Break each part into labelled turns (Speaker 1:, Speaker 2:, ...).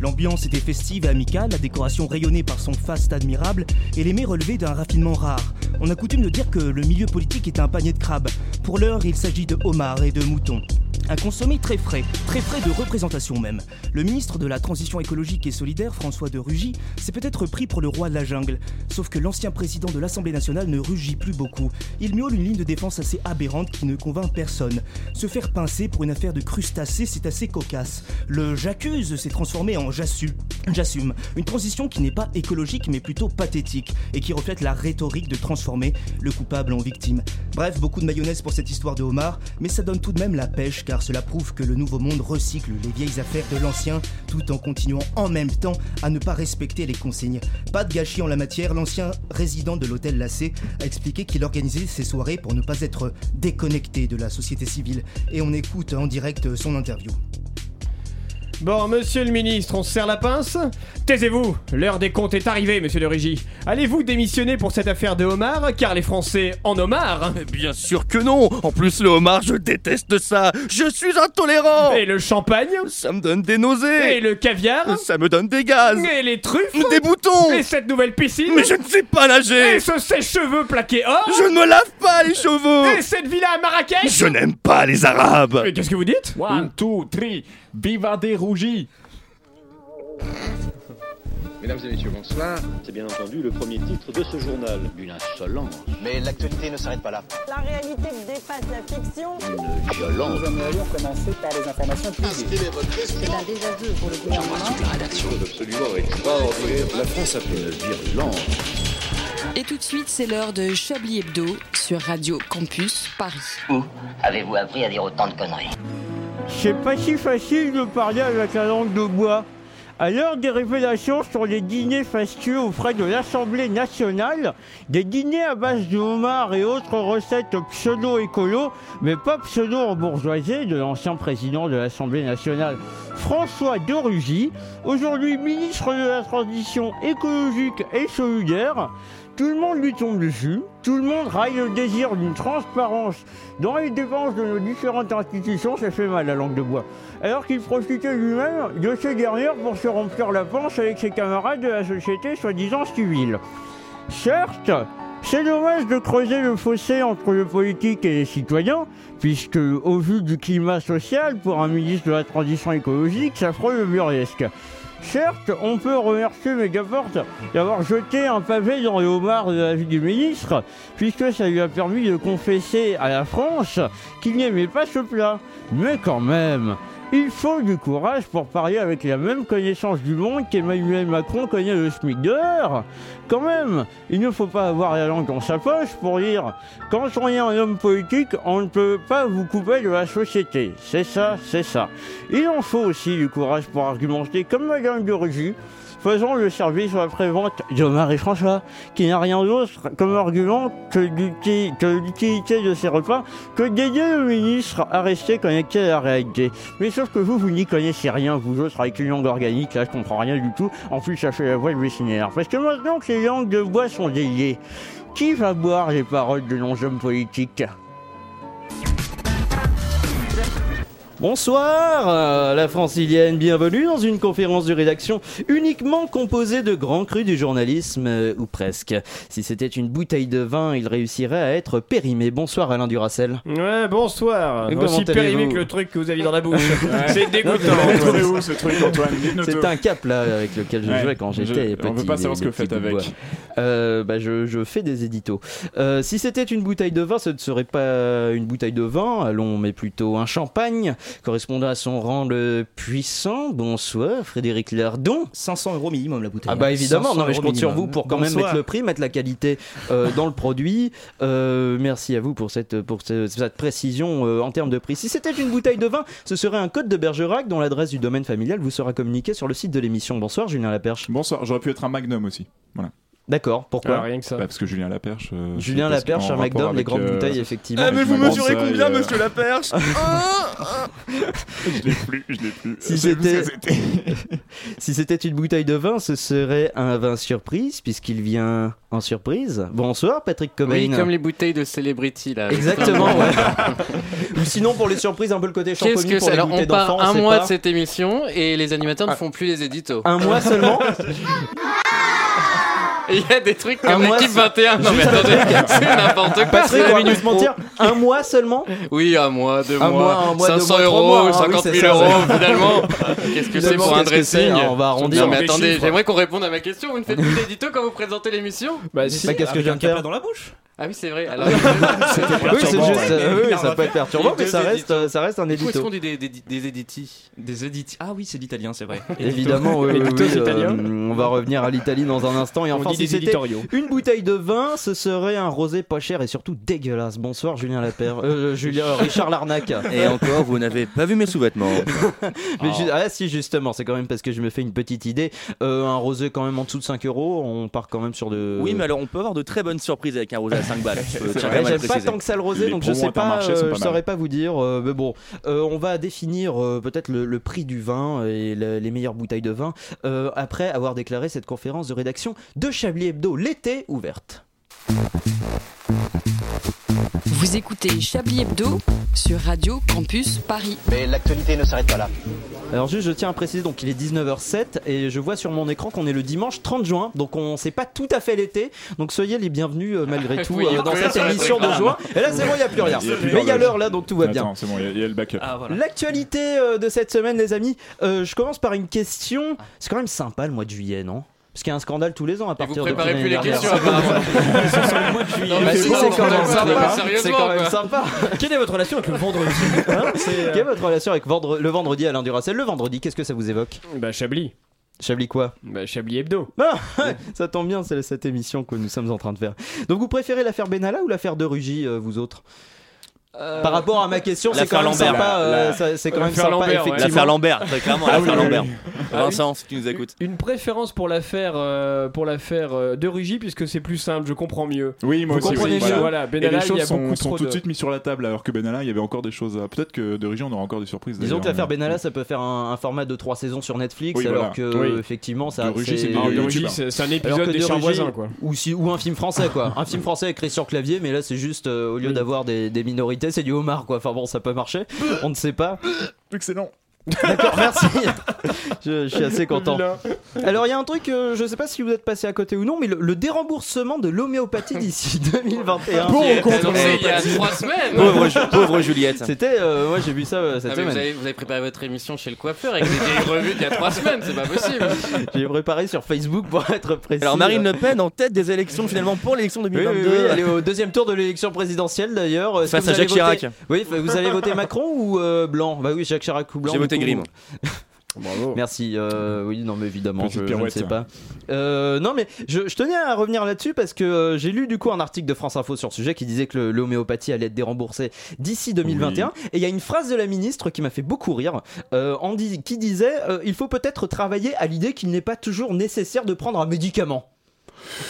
Speaker 1: L'ambiance était festive et amicale, la décoration rayonnée par son faste admirable et les mets relevés d'un raffinement rare. On a coutume de dire que le milieu politique est un panier de crabes. Pour l'heure, il s'agit de homards et de moutons. Un consommé très frais, très frais de représentation même. Le ministre de la Transition écologique et solidaire, François de Rugy, s'est peut-être pris pour le roi de la jungle. Sauf que l'ancien président de l'Assemblée nationale ne rugit plus beaucoup. Il miaule une ligne de défense assez aberrante qui ne convainc personne. Se faire pincer pour une affaire de crustacés, c'est assez cocasse. Le j'accuse s'est transformé en j'assume. J'assume. Une transition qui n'est pas écologique mais plutôt pathétique et qui reflète la rhétorique de transformer le coupable en victime. Bref, beaucoup de mayonnaise pour cette histoire de homard, mais ça donne tout de même la pêche car cela prouve que le nouveau monde recycle les vieilles affaires de l'ancien tout en continuant en même temps à ne pas respecter les consignes. Pas de gâchis en la matière, l'ancien résident de l'hôtel Lacé a expliqué qu'il organisait ses soirées pour ne pas être déconnecté de la société civile et on écoute en direct son interview.
Speaker 2: Bon, monsieur le ministre, on se serre la pince Taisez-vous, l'heure des comptes est arrivée, monsieur de Régie. Allez-vous démissionner pour cette affaire de homard, car les Français en homard
Speaker 3: Ah, Mais Bien sûr que non En plus, le homard, je déteste ça Je suis intolérant
Speaker 2: Et le champagne
Speaker 3: Ça me donne des nausées
Speaker 2: Et le caviar
Speaker 3: Ça me donne des gaz
Speaker 2: Et les truffes
Speaker 3: Des boutons
Speaker 2: Et cette nouvelle piscine
Speaker 3: Mais je ne sais pas nager
Speaker 2: Et ce sèche-cheveux plaqué or
Speaker 3: Je ne me lave pas les cheveux
Speaker 2: Et cette villa à Marrakech
Speaker 3: Je n'aime pas les Arabes
Speaker 2: Mais qu'est-ce que vous dites
Speaker 4: One, two, three, viva des rougis
Speaker 5: Mesdames et messieurs, bonsoir. C'est bien entendu le premier titre de ce journal. Une insolence.
Speaker 6: Mais l'actualité ne s'arrête pas là.
Speaker 7: La réalité dépasse la fiction.
Speaker 5: Une violence.
Speaker 8: Nous aimerions commencer par les informations privées.
Speaker 7: C'est un désaveu pour le gouvernement.
Speaker 5: Absolument extraordinaire. La France a fait une violence.
Speaker 9: Et tout de suite, c'est l'heure de Chablis Hebdo sur Radio Campus Paris.
Speaker 10: Où avez-vous appris à dire autant de conneries
Speaker 11: C'est pas si facile de parler avec la langue de bois. À l'heure des révélations sur les dîners fastueux aux frais de l'Assemblée nationale, des dîners à base de homard et autres recettes pseudo-écolo, mais pas pseudo-embourgeoisées de l'ancien président de l'Assemblée nationale, François de Rugy, aujourd'hui ministre de la Transition écologique et solidaire, tout le monde lui tombe dessus, tout le monde raille le désir d'une transparence dans les dépenses de nos différentes institutions, ça fait mal la langue de bois. Alors qu'il profitait lui-même de ces dernières pour se remplir la panse avec ses camarades de la société soi-disant civile. Certes, c'est dommage de creuser le fossé entre le politique et les citoyens, puisque au vu du climat social, pour un ministre de la transition écologique, ça ferait le burlesque. Certes, on peut remercier Mediaport d'avoir jeté un pavé dans les homards de la vie du ministre, puisque ça lui a permis de confesser à la France qu'il n'aimait pas ce plat. Mais quand même, il faut du courage pour parler avec la même connaissance du monde qu'Emmanuel Macron connaît le SMIC dehors. Quand même, il ne faut pas avoir la langue dans sa poche pour dire quand on est un homme politique, on ne peut pas vous couper de la société. C'est ça, c'est ça. Il en faut aussi du courage pour argumenter comme Madame de Rugy, faisant le service après-vente de Marie-François, qui n'a rien d'autre comme argument que l'uti- que l'utilité de ses repas que d'aider le ministre à rester connecté à la réalité. Mais sauf que vous, vous n'y connaissez rien, vous autres, avec une langue organique, là, je comprends rien du tout. En plus, ça fait la voix de Bessinère. Parce que maintenant que les langues de bois sont déliées, qui va boire les paroles de non-hommes politiques
Speaker 12: Bonsoir, euh, la francilienne, bienvenue dans une conférence de rédaction uniquement composée de grands crus du journalisme, euh, ou presque. Si c'était une bouteille de vin, il réussirait à être périmé. Bonsoir Alain Duracel.
Speaker 2: Ouais, bonsoir.
Speaker 12: Et comment
Speaker 2: Aussi périmé
Speaker 12: allez-vous
Speaker 2: que le truc que vous aviez dans la bouche. C'est dégoûtant.
Speaker 4: Vous trouvez où ce truc, Antoine Dites-nous
Speaker 12: C'est
Speaker 4: tout.
Speaker 12: un cap là avec lequel je
Speaker 4: Ouais,
Speaker 12: jouais quand
Speaker 4: je-
Speaker 12: j'étais
Speaker 4: on
Speaker 12: petit.
Speaker 4: veut pas
Speaker 12: des-
Speaker 4: savoir ce
Speaker 12: des
Speaker 4: que vous faites
Speaker 12: petits
Speaker 4: avec.
Speaker 12: bois. Euh, bah, je, je fais des éditos. Euh, si c'était une bouteille de vin, ce ne serait pas une bouteille de vin, allons, mais plutôt un champagne, correspondant à son rang le puissant. Bonsoir, Frédéric Lardon.
Speaker 1: 500 euros minimum la bouteille.
Speaker 12: Ah bah
Speaker 1: 500
Speaker 12: évidemment, non mais je
Speaker 1: euros
Speaker 12: compte sur
Speaker 1: minimum.
Speaker 12: vous pour quand même
Speaker 1: Bonsoir.
Speaker 12: mettre le prix, mettre la qualité euh, dans le produit. Euh, merci à vous pour cette, pour ce- cette précision euh, en termes de prix. Si c'était une bouteille de vin, ce serait un code de Bergerac dont l'adresse du domaine familial vous sera communiquée sur le site de l'émission. Bonsoir Julien Laperche.
Speaker 4: Bonsoir, j'aurais pu être un magnum aussi.
Speaker 12: D'accord, pourquoi
Speaker 4: Ah, rien que ça.
Speaker 13: Bah, parce que Julien Laperche. euh,
Speaker 12: Julien
Speaker 13: c'est parce
Speaker 12: Laperche,
Speaker 13: qu'en
Speaker 12: un
Speaker 13: rapport
Speaker 12: McDonald's, les
Speaker 13: avec,
Speaker 12: grandes
Speaker 13: euh,
Speaker 12: bouteilles, effectivement.
Speaker 2: Ah, mais
Speaker 12: Avec
Speaker 2: vous
Speaker 12: ma grande
Speaker 2: mesurez
Speaker 12: taille,
Speaker 2: combien,
Speaker 12: euh,
Speaker 2: monsieur
Speaker 13: oh,
Speaker 2: Laperche Ah, ah.
Speaker 13: Je l'ai plus, je l'ai plus.
Speaker 12: Si
Speaker 13: Je sais plus
Speaker 12: c'était-
Speaker 13: ce que c'était.
Speaker 12: Si c'était une bouteille de vin, ce serait un vin surprise, puisqu'il vient en surprise. Bonsoir, Patrick Cobain.
Speaker 14: Oui, comme les bouteilles de Celebrity là.
Speaker 12: Exactement, ouais. Ou sinon, pour les surprises, un peu le côté champignon
Speaker 14: Qu'est-ce que
Speaker 12: pour
Speaker 14: c'est
Speaker 12: les
Speaker 14: Alors,
Speaker 12: bouteilles
Speaker 14: on part
Speaker 12: d'enfants,
Speaker 14: un
Speaker 12: sait
Speaker 14: mois
Speaker 12: pas. Ah.
Speaker 14: de cette émission et les animateurs ne font plus les éditos.
Speaker 12: Un mois seulement
Speaker 14: Et Il y a des trucs
Speaker 12: Un
Speaker 14: comme
Speaker 12: mois,
Speaker 14: l'équipe
Speaker 12: c'est-
Speaker 14: 21. Non, mais
Speaker 12: Juste un
Speaker 14: attendez,
Speaker 12: truc.
Speaker 14: c'est n'importe quoi.
Speaker 12: Patrick,
Speaker 14: c'est la
Speaker 12: on va pas
Speaker 14: minute
Speaker 12: se mentir, un mois seulement
Speaker 14: pro. Oui, un mois, deux
Speaker 12: Un mois,
Speaker 14: mois,
Speaker 12: un mois, deux
Speaker 14: 500
Speaker 12: mois, trois
Speaker 14: euros,
Speaker 12: mois, ah oui,
Speaker 14: 50
Speaker 12: c'est
Speaker 14: 000
Speaker 12: ça,
Speaker 14: euros
Speaker 12: c'est-
Speaker 14: finalement. Qu'est-ce que c'est
Speaker 12: Finalement,
Speaker 14: pour un
Speaker 12: qu'est-ce que c'est
Speaker 14: dressing
Speaker 12: Alors, on va arrondir.
Speaker 14: Non, mais
Speaker 12: Des
Speaker 14: attendez,
Speaker 12: chiffres.
Speaker 14: j'aimerais qu'on réponde à ma question. Vous ne faites plus d'édito quand vous présentez l'émission
Speaker 12: Bah, si, Bah, qu'est-ce que avec je viens un de faire capra dans la
Speaker 14: bouche Ah oui, c'est vrai. Alors,
Speaker 12: euh, Oui, c'est juste, euh, oui, ça peut être perturbant, mais ça
Speaker 15: Deux
Speaker 12: reste, euh, ça reste un
Speaker 15: Du coup, est-ce
Speaker 12: édito.
Speaker 15: qu'on dit des, des, des éditi Des éditi Ah oui, c'est l'italien, c'est vrai.
Speaker 12: Évidemment, oui, oui,
Speaker 15: Éditos
Speaker 12: oui, euh,
Speaker 15: italiens.
Speaker 12: on va revenir à l'Italie dans un instant. Et
Speaker 15: On
Speaker 12: enfin,
Speaker 15: dit
Speaker 12: si
Speaker 15: des
Speaker 12: c'était
Speaker 15: éditoriaux.
Speaker 12: une bouteille de vin, ce serait un rosé pas cher et surtout dégueulasse. Bonsoir, Julien Lapère. Euh, Julien, euh, Richard Larnac.
Speaker 2: Et encore, vous n'avez pas vu mes sous-vêtements.
Speaker 12: Mais ju- ah, si, justement, c'est quand même parce que je me fais une petite idée. Euh, un rosé quand même en dessous de 5 euros, on part quand même sur de.
Speaker 2: Oui, mais alors on peut avoir de très bonnes surprises avec un rosé à 5 balles. Je tiens quand
Speaker 12: Ouais,
Speaker 2: même à le
Speaker 12: J'aime pas
Speaker 2: préciser.
Speaker 12: tant que ça le rosé,
Speaker 2: Les
Speaker 12: donc je
Speaker 2: promos
Speaker 12: sais pas,
Speaker 2: Intermarché sont
Speaker 12: euh,
Speaker 2: pas mal.
Speaker 12: je saurais pas vous dire. euh, mais bon, Euh, on va définir euh, peut-être le, le prix du vin et le- les meilleures bouteilles de vin euh, après avoir déclaré cette conférence de rédaction de Chablis Hebdo l'été ouverte.
Speaker 9: Vous écoutez Chablis Hebdo sur Radio Campus Paris.
Speaker 6: Mais l'actualité ne s'arrête pas là.
Speaker 12: Alors juste, je tiens à préciser, donc il est 19h07 et je vois sur mon écran qu'on est le dimanche 30 juin, donc on sait pas tout à fait l'été, donc soyez les bienvenus euh, malgré tout
Speaker 15: Oui,
Speaker 12: euh, dans
Speaker 15: oui,
Speaker 12: cette
Speaker 15: ça va être
Speaker 12: émission de
Speaker 15: grave.
Speaker 12: juin. Et là c'est bon, il y a plus rien. Mais il y a l'heure là, donc tout va bien.
Speaker 13: Attends, c'est bon, il y a- il y, a le backup.
Speaker 12: L'actualité euh, de cette semaine, les amis, euh, je commence par une question. C'est quand même sympa le mois de juillet, non parce qu'il y a un scandale tous les ans à
Speaker 14: vous
Speaker 12: partir de
Speaker 14: préparez
Speaker 12: l'année
Speaker 14: plus les
Speaker 12: dernière.
Speaker 14: questions, apparemment. Non, mais
Speaker 12: Bah
Speaker 14: c'est
Speaker 12: si,
Speaker 14: bon,
Speaker 12: c'est
Speaker 14: on
Speaker 12: quand
Speaker 14: parle
Speaker 12: même
Speaker 14: pas, mais
Speaker 12: sympa.
Speaker 14: sérieusement,
Speaker 12: C'est quand même
Speaker 14: quoi.
Speaker 12: sympa.
Speaker 15: Quelle est votre relation avec le vendredi
Speaker 14: euh,
Speaker 12: Quelle est votre relation avec vendre- le vendredi à Duracell Le vendredi, qu'est-ce que ça vous évoque
Speaker 4: Bah Chablis.
Speaker 12: Chablis quoi
Speaker 4: Bah Chablis Hebdo.
Speaker 12: Ah, ça tombe bien, c'est cette émission que nous sommes en train de faire. Donc vous préférez l'affaire Benalla ou l'affaire de Rugy, euh, vous autres Euh, Par rapport à ma question, c'est quand même
Speaker 2: l'affaire
Speaker 12: sympa.
Speaker 2: Lambert.
Speaker 12: euh,
Speaker 2: La-
Speaker 12: ça- c'est quand
Speaker 2: la-
Speaker 12: même
Speaker 2: l'affaire
Speaker 12: sympa,
Speaker 2: Lambert, ouais.
Speaker 12: effectivement.
Speaker 2: L'affaire Lambert, très clairement, Ah oui, l'affaire oui, Lambert. oui. Ah, Vincent, si tu nous écoutes.
Speaker 4: Une préférence pour l'affaire euh, pour l'affaire euh, de Rugy puisque c'est plus simple, je comprends mieux.
Speaker 13: Oui, moi
Speaker 4: Vous
Speaker 13: aussi.
Speaker 4: comprenez
Speaker 13: oui,
Speaker 4: mieux.
Speaker 13: Voilà.
Speaker 4: Voilà, Benalla,
Speaker 13: et les
Speaker 4: il y
Speaker 13: choses
Speaker 4: a
Speaker 13: sont,
Speaker 4: beaucoup
Speaker 13: sont
Speaker 4: trop
Speaker 13: tout de
Speaker 4: de-
Speaker 13: suite mises sur la table, alors que Benalla, il y avait encore des choses. à- Peut-être que de Rigi, on aura encore des surprises.
Speaker 12: Disons que
Speaker 13: d'ailleurs,
Speaker 12: l'affaire
Speaker 13: mais-
Speaker 12: Benalla, ça peut faire un, un format de 3 saisons sur Netflix,
Speaker 13: Oui,
Speaker 12: alors
Speaker 13: voilà.
Speaker 12: que
Speaker 13: Oui.
Speaker 12: euh, effectivement, ça.
Speaker 13: De Rugy, c'est
Speaker 4: Ah, de Rugy, c'est- c'est un épisode
Speaker 12: Alors que
Speaker 4: des
Speaker 12: de
Speaker 4: Chars
Speaker 12: Rugy,
Speaker 4: voisins, quoi.
Speaker 12: Ou, si- ou un film français, quoi. un film français écrit sur clavier, mais là, c'est juste euh, au lieu d'avoir des, des minorités, c'est du homard, quoi. Enfin bon, ça peut marcher. On ne sait pas.
Speaker 13: Excellent.
Speaker 12: D'accord, merci. Je, je suis assez content. Alors, il y a un truc, euh, je sais pas si vous êtes passé à côté ou non, mais le, le déremboursement de l'homéopathie d'ici 2021.
Speaker 14: Bon, on compte annoncé il y a trois semaines. Pauvre Ju- pauvre Juliette.
Speaker 12: C'était, euh, moi j'ai vu ça euh,
Speaker 14: Ah,
Speaker 12: cette
Speaker 14: mais vous,
Speaker 12: semaine.
Speaker 14: avez, vous avez préparé votre émission chez le coiffeur avec des vieilles revues d'il y a trois semaines, c'est pas possible.
Speaker 12: J'ai préparé sur Facebook pour être précis.
Speaker 2: Alors Marine Le Pen en tête des élections finalement pour l'élection
Speaker 12: Oui, oui,
Speaker 2: 2022.
Speaker 12: oui, elle est au deuxième tour de l'élection présidentielle d'ailleurs. Est-ce
Speaker 2: Face
Speaker 12: que
Speaker 2: à
Speaker 12: vous
Speaker 2: Jacques
Speaker 12: allez voter-
Speaker 2: Chirac.
Speaker 12: Oui, fa- vous allez voter Macron ou euh, Blanc Bah oui, Jacques Chirac ou Blanc.
Speaker 2: J'ai
Speaker 12: du
Speaker 2: voté
Speaker 12: coup.
Speaker 2: Gris, moi.
Speaker 12: Merci. euh, oui, non, mais évidemment,
Speaker 2: Petite
Speaker 12: je, je ne
Speaker 2: pirouette.
Speaker 12: sais pas. Euh, non, mais je, je tenais à revenir là-dessus parce que euh, j'ai lu du coup un article de France Info sur le sujet qui disait que le- l'homéopathie allait être déremboursée d'ici 2021. Et il y a une phrase de la ministre qui m'a fait beaucoup rire, euh, en dis- qui disait euh, Il faut peut-être travailler à l'idée qu'il n'est pas toujours nécessaire de prendre un médicament.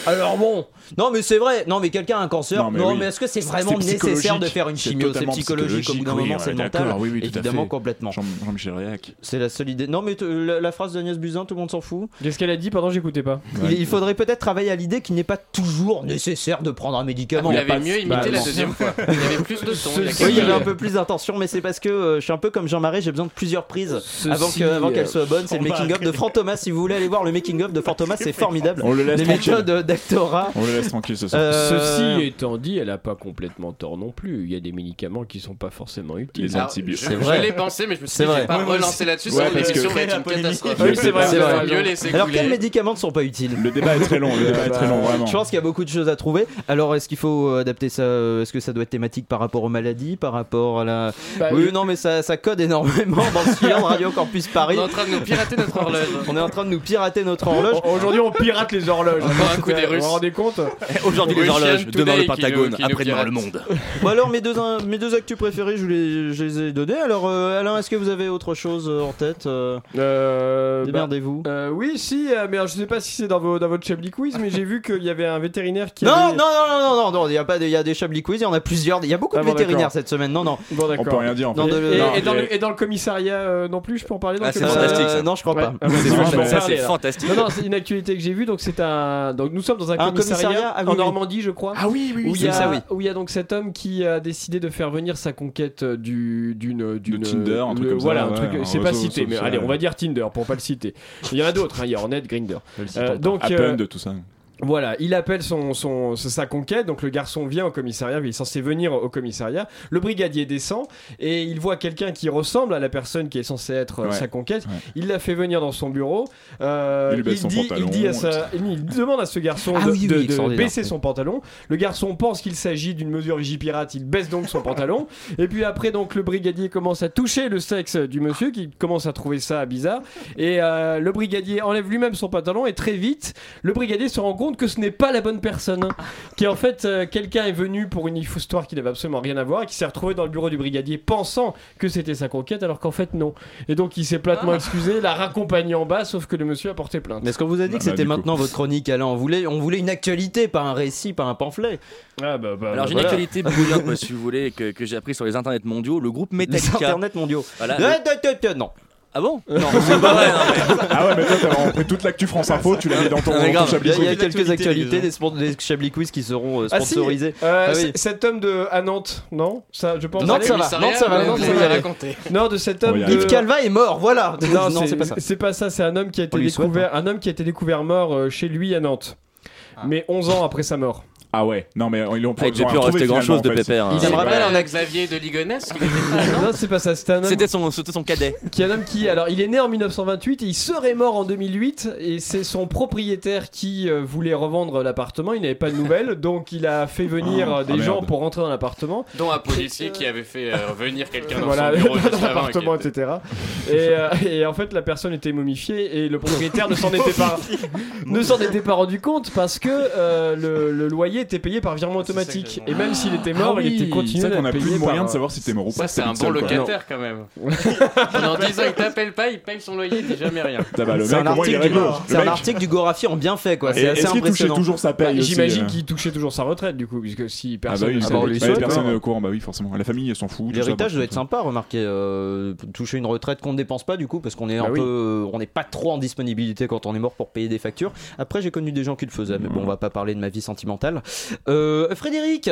Speaker 12: Alors bon, non mais c'est vrai, non mais quelqu'un a un cancer,
Speaker 2: Non,
Speaker 12: non
Speaker 2: mais
Speaker 12: mais,
Speaker 2: oui.
Speaker 12: est-ce que c'est
Speaker 2: C'est
Speaker 12: vraiment nécessaire
Speaker 2: psychologique.
Speaker 12: de faire une
Speaker 2: C'est
Speaker 12: chimio C'est
Speaker 2: totalement
Speaker 12: psychologique, au bout d'un
Speaker 2: psychologique,
Speaker 12: moment
Speaker 2: oui,
Speaker 12: c'est
Speaker 2: ouais,
Speaker 12: mental,
Speaker 2: d'accord, oui, oui, tout à
Speaker 12: évidemment
Speaker 2: fait.
Speaker 12: complètement.
Speaker 13: Jean-Michel Réac.
Speaker 12: C'est la seule idée. Non mais te- la, la phrase d'Agnès Buzyn, tout le monde s'en fout.
Speaker 4: Qu'est-ce qu'elle a dit Pardon, j'écoutais pas.
Speaker 12: Il, il faudrait peut-être travailler à l'idée qu'il n'est pas toujours nécessaire de prendre un médicament.
Speaker 14: Vous l'avez Ah, mieux imité la deuxième fois. Il y avait plus de ton. il y a
Speaker 12: Oui, il y
Speaker 14: quelques-
Speaker 12: avait un peu plus d'intention, mais c'est parce que euh, je suis un peu comme Jean Marais, j'ai besoin de plusieurs prises
Speaker 15: Ceci,
Speaker 12: avant que- avant
Speaker 15: euh,
Speaker 12: qu'elle soit bonne. C'est
Speaker 15: on
Speaker 12: le
Speaker 15: va
Speaker 12: making of de
Speaker 15: arrêter.
Speaker 12: Franck Thomas. Si vous voulez aller voir le making of de Franck Thomas, c'est formidable.
Speaker 13: On le laisse
Speaker 12: Les
Speaker 13: tranquille.
Speaker 12: méthodes d'actorat.
Speaker 13: On le laisse tranquille ce soir.
Speaker 12: Euh,
Speaker 4: Ceci étant dit, elle a pas complètement tort non plus. Il y a des médicaments qui sont pas forcément utiles.
Speaker 13: Les Alors, antibiotiques.
Speaker 14: Je- Je l'ai pensé, mais je me suis
Speaker 4: C'est
Speaker 14: dit, je
Speaker 4: vrai.
Speaker 14: vais pas
Speaker 4: Ouais, moi
Speaker 14: relancer
Speaker 4: aussi.
Speaker 14: là-dessus,
Speaker 4: Ouais,
Speaker 14: sinon
Speaker 4: parce que-
Speaker 14: l'émission va être une catastrophe. Vous allez mieux laisser
Speaker 12: Alors,
Speaker 14: couler.
Speaker 12: quels médicaments ne sont pas utiles Bah,
Speaker 13: Le débat est très long, le débat est très long, vraiment.
Speaker 12: Je pense qu'il y a beaucoup de choses à trouver. Alors, est-ce qu'il faut euh, adapter ça euh, Est-ce que ça doit être thématique par rapport aux maladies Par rapport à la.
Speaker 14: Bah,
Speaker 12: oui,
Speaker 14: je-
Speaker 12: non, mais ça, ça code énormément dans le silence Radio Campus Paris.
Speaker 14: On est en train de nous pirater notre horloge.
Speaker 12: On est en train de nous pirater notre horloge.
Speaker 4: Aujourd'hui, on pirate les horloges. Euh,
Speaker 14: un coup des
Speaker 4: Vous
Speaker 14: Russes.
Speaker 4: vous rendez compte
Speaker 2: Aujourd'hui les
Speaker 14: Russian
Speaker 2: horloges,
Speaker 14: Today
Speaker 2: demain
Speaker 14: qui
Speaker 2: le
Speaker 14: nous-
Speaker 2: Pentagone,
Speaker 14: qui nous
Speaker 2: après-demain
Speaker 14: pirate.
Speaker 2: le monde.
Speaker 12: Bon alors mes deux, mes deux actus préférés je, vous les, je les ai donnés. Alors euh, Alain est-ce que vous avez autre chose euh, en tête euh,
Speaker 4: Euh,
Speaker 12: Démerdez-vous.
Speaker 4: bah, euh, oui, si, euh, mais alors, je sais pas si c'est dans, vos, dans votre Chablis Quiz, mais j'ai vu qu'il y avait un vétérinaire qui.
Speaker 12: non,
Speaker 4: avait-
Speaker 12: non, non, non, non, non, non, il y a pas, de- il y a des Chablis Quiz, il y en a plusieurs, il y a beaucoup
Speaker 4: Ah
Speaker 12: de
Speaker 4: bon,
Speaker 12: vétérinaires
Speaker 4: d'accord.
Speaker 12: cette semaine. Non, non.
Speaker 4: Bon, d'accord.
Speaker 12: Non, de-
Speaker 4: et,
Speaker 12: non,
Speaker 4: et dans
Speaker 12: mais-
Speaker 4: le, et dans le commissariat euh, non plus, je peux en parler dans
Speaker 12: Ah,
Speaker 4: le
Speaker 12: c'est
Speaker 4: commissariat
Speaker 12: fantastique, ça. Non, je crois pas.
Speaker 4: Ah, bah,
Speaker 12: C'est
Speaker 4: on va en
Speaker 12: fantastique.
Speaker 4: parler,
Speaker 12: Ça, c'est
Speaker 4: alors.
Speaker 12: fantastique.
Speaker 4: Non, non, c'est une actualité que j'ai vue. Donc, c'est un. Donc, nous sommes dans un,
Speaker 12: Un
Speaker 4: commissariat,
Speaker 12: commissariat, ah oui,
Speaker 4: en
Speaker 12: oui.
Speaker 4: Normandie, je crois.
Speaker 12: Ah oui, oui, oui,
Speaker 4: Où il y, a-
Speaker 12: c'est ça, oui.
Speaker 4: où il y a donc cet homme qui a décidé de faire venir sa conquête euh, du d'une d'une
Speaker 13: Tinder, un truc
Speaker 4: le-
Speaker 13: comme ça,
Speaker 4: Voilà, un
Speaker 13: ouais,
Speaker 4: truc.
Speaker 13: un
Speaker 4: C'est pas
Speaker 13: réseau
Speaker 4: cité, mais
Speaker 13: social.
Speaker 4: allez, on va dire Tinder pour pas le citer. Il y en a d'autres. hein, Il y a Euh, Hornet, Grinder.
Speaker 13: citons pas. Happn, de tout ça.
Speaker 4: Voilà, il appelle son, son, sa conquête, donc le garçon vient au commissariat, il est censé venir au commissariat, le brigadier descend et il voit quelqu'un qui ressemble à la personne qui est censée être euh,
Speaker 13: Ouais,
Speaker 4: sa conquête, il la fait venir dans son bureau, euh,
Speaker 13: Il lui baisse son
Speaker 4: dit,
Speaker 13: pantalon,
Speaker 4: il, dit à
Speaker 13: et
Speaker 4: sa- il demande à ce garçon
Speaker 12: Ah
Speaker 4: de,
Speaker 12: oui, oui,
Speaker 4: de- de
Speaker 12: extraordinaire.
Speaker 4: baisser son pantalon, le garçon pense qu'il s'agit d'une mesure vigipirate, il baisse donc son pantalon, et puis après donc le brigadier commence à toucher le sexe du monsieur qui commence à trouver ça bizarre, et euh, le brigadier enlève lui-même son pantalon et très vite le brigadier se rend compte que ce n'est pas la bonne personne. Qui en fait, euh, quelqu'un est venu pour une histoire qui n'avait absolument rien à voir et qui s'est retrouvé dans le bureau du brigadier pensant que c'était sa conquête alors qu'en fait non. Et donc il s'est platement excusé, l'a raccompagné en bas sauf que le monsieur a porté plainte.
Speaker 12: Mais est-ce qu'on vous a
Speaker 13: Ah,
Speaker 12: dit que c'était maintenant votre chronique Alain on voulait, on voulait une actualité, pas un récit, pas un pamphlet.
Speaker 4: Ah bah, bah
Speaker 12: bah,
Speaker 15: Alors j'ai
Speaker 12: voilà.
Speaker 15: une actualité bouillante, si vous voulez, que, que j'ai appris sur les internets mondiaux. Le groupe Metallica.
Speaker 12: Les internets mondiaux.
Speaker 15: Voilà,
Speaker 12: Euh,
Speaker 15: le-
Speaker 12: t- t- t- Non.
Speaker 15: Ah bon Non, c'est pas vrai. non, mais-
Speaker 13: Ah ouais, mais toi, t'as repris toute l'actu France Info, tu l'as mis dans ton,
Speaker 12: Ah, mais
Speaker 13: ton
Speaker 12: grave, Il
Speaker 13: Chablis
Speaker 12: y a, il y a
Speaker 13: Quiz.
Speaker 12: quelques actualités, des, spon- des Chablis Quiz qui seront euh,
Speaker 4: Ah si,
Speaker 12: sponsorisés.
Speaker 4: euh,
Speaker 12: Ah oui.
Speaker 4: c- cet homme de à Nantes, non Ça, je pense.
Speaker 12: Nantes, ça va, Nantes, ça va, Nantes,
Speaker 4: vous
Speaker 12: ça va.
Speaker 4: pouvez y aller.
Speaker 12: Raconter.
Speaker 4: Non, de cet homme.
Speaker 12: Oh, y
Speaker 4: de-
Speaker 12: aller. Yves Calva est mort, voilà.
Speaker 4: Non,
Speaker 12: Non, c'est pas ça.
Speaker 4: C'est pas ça. C'est un homme qui a été
Speaker 12: On lui souhaite, hein.
Speaker 4: découvert, un homme qui a été découvert mort euh, chez lui à Nantes, mais 11 ans après sa mort.
Speaker 13: Ah ouais, non mais ils l'ont
Speaker 15: Ah, il devait plus en rester grand-chose de Pépère, hein.
Speaker 4: Il me rappelle un
Speaker 14: un Xavier de Ligonnès qui n'était pas là.
Speaker 4: Non, c'est pas ça, c'était un homme.
Speaker 15: C'était son, c'était son cadet.
Speaker 4: Qui est un homme qui, alors, il est né en 1928 et il serait mort en 2008. Et c'est son propriétaire qui euh, voulait revendre l'appartement. Il n'avait pas de nouvelles, donc il a fait venir
Speaker 14: Ah,
Speaker 4: euh, des
Speaker 14: ah,
Speaker 4: gens
Speaker 14: merde.
Speaker 4: pour rentrer dans l'appartement.
Speaker 14: Dont un policier qui avait fait euh, venir quelqu'un dans
Speaker 4: Voilà,
Speaker 14: son bureau
Speaker 4: dans
Speaker 14: juste avant.
Speaker 4: l'appartement, etc. Et, euh, et en fait, la personne était momifiée et le propriétaire ne s'en était pas, ne s'en était pas rendu compte parce que euh, le, le loyer était payé par virement automatique. Et même s'il était mort,
Speaker 13: Ah
Speaker 4: il
Speaker 13: oui,
Speaker 4: était continué
Speaker 13: c'est vrai qu'on
Speaker 4: à
Speaker 13: a
Speaker 4: être
Speaker 13: plus
Speaker 4: payé
Speaker 13: de moyen
Speaker 4: par,
Speaker 13: de savoir si t'es mort ou
Speaker 14: Ça,
Speaker 13: pas,
Speaker 14: c'est
Speaker 13: t'es
Speaker 14: un
Speaker 13: tout seul,
Speaker 14: bon
Speaker 13: quoi.
Speaker 14: locataire quand même. Pendant 10 ans, il t'appelle pas, il paye son loyer, il dit jamais rien.
Speaker 13: Ah bah, le
Speaker 12: C'est
Speaker 13: mec,
Speaker 12: un,
Speaker 13: au moins, il est
Speaker 12: article du-
Speaker 13: réglo.
Speaker 12: c'est
Speaker 13: Le
Speaker 12: un
Speaker 13: mec-
Speaker 12: article du Gorafi en bien fait, quoi.
Speaker 13: Et
Speaker 12: C'est assez
Speaker 13: est-ce qu'il touchait
Speaker 12: impressionnant.
Speaker 13: toujours sa paye
Speaker 4: Bah,
Speaker 13: aussi,
Speaker 4: J'imagine
Speaker 13: euh
Speaker 4: qu'il touchait toujours sa retraite du coup, puisque si
Speaker 13: Ah
Speaker 4: personne
Speaker 13: bah
Speaker 4: ne
Speaker 13: oui,
Speaker 4: le
Speaker 13: ça-
Speaker 4: savait,
Speaker 13: bah,
Speaker 4: personne-
Speaker 13: personne est au courant, bah oui, forcément. La famille elle s'en fout. tout ça, bah.
Speaker 12: L'héritage
Speaker 13: bon.
Speaker 12: doit être sympa, remarquez. euh, toucher une retraite qu'on ne dépense pas, du coup, parce qu'on est un
Speaker 13: Bah oui.
Speaker 12: peu, euh, on n'est pas trop en disponibilité quand on est mort pour payer des factures. Après, j'ai connu des gens qui le faisaient, mais bon, on va pas parler de ma vie sentimentale. Euh, Frédéric.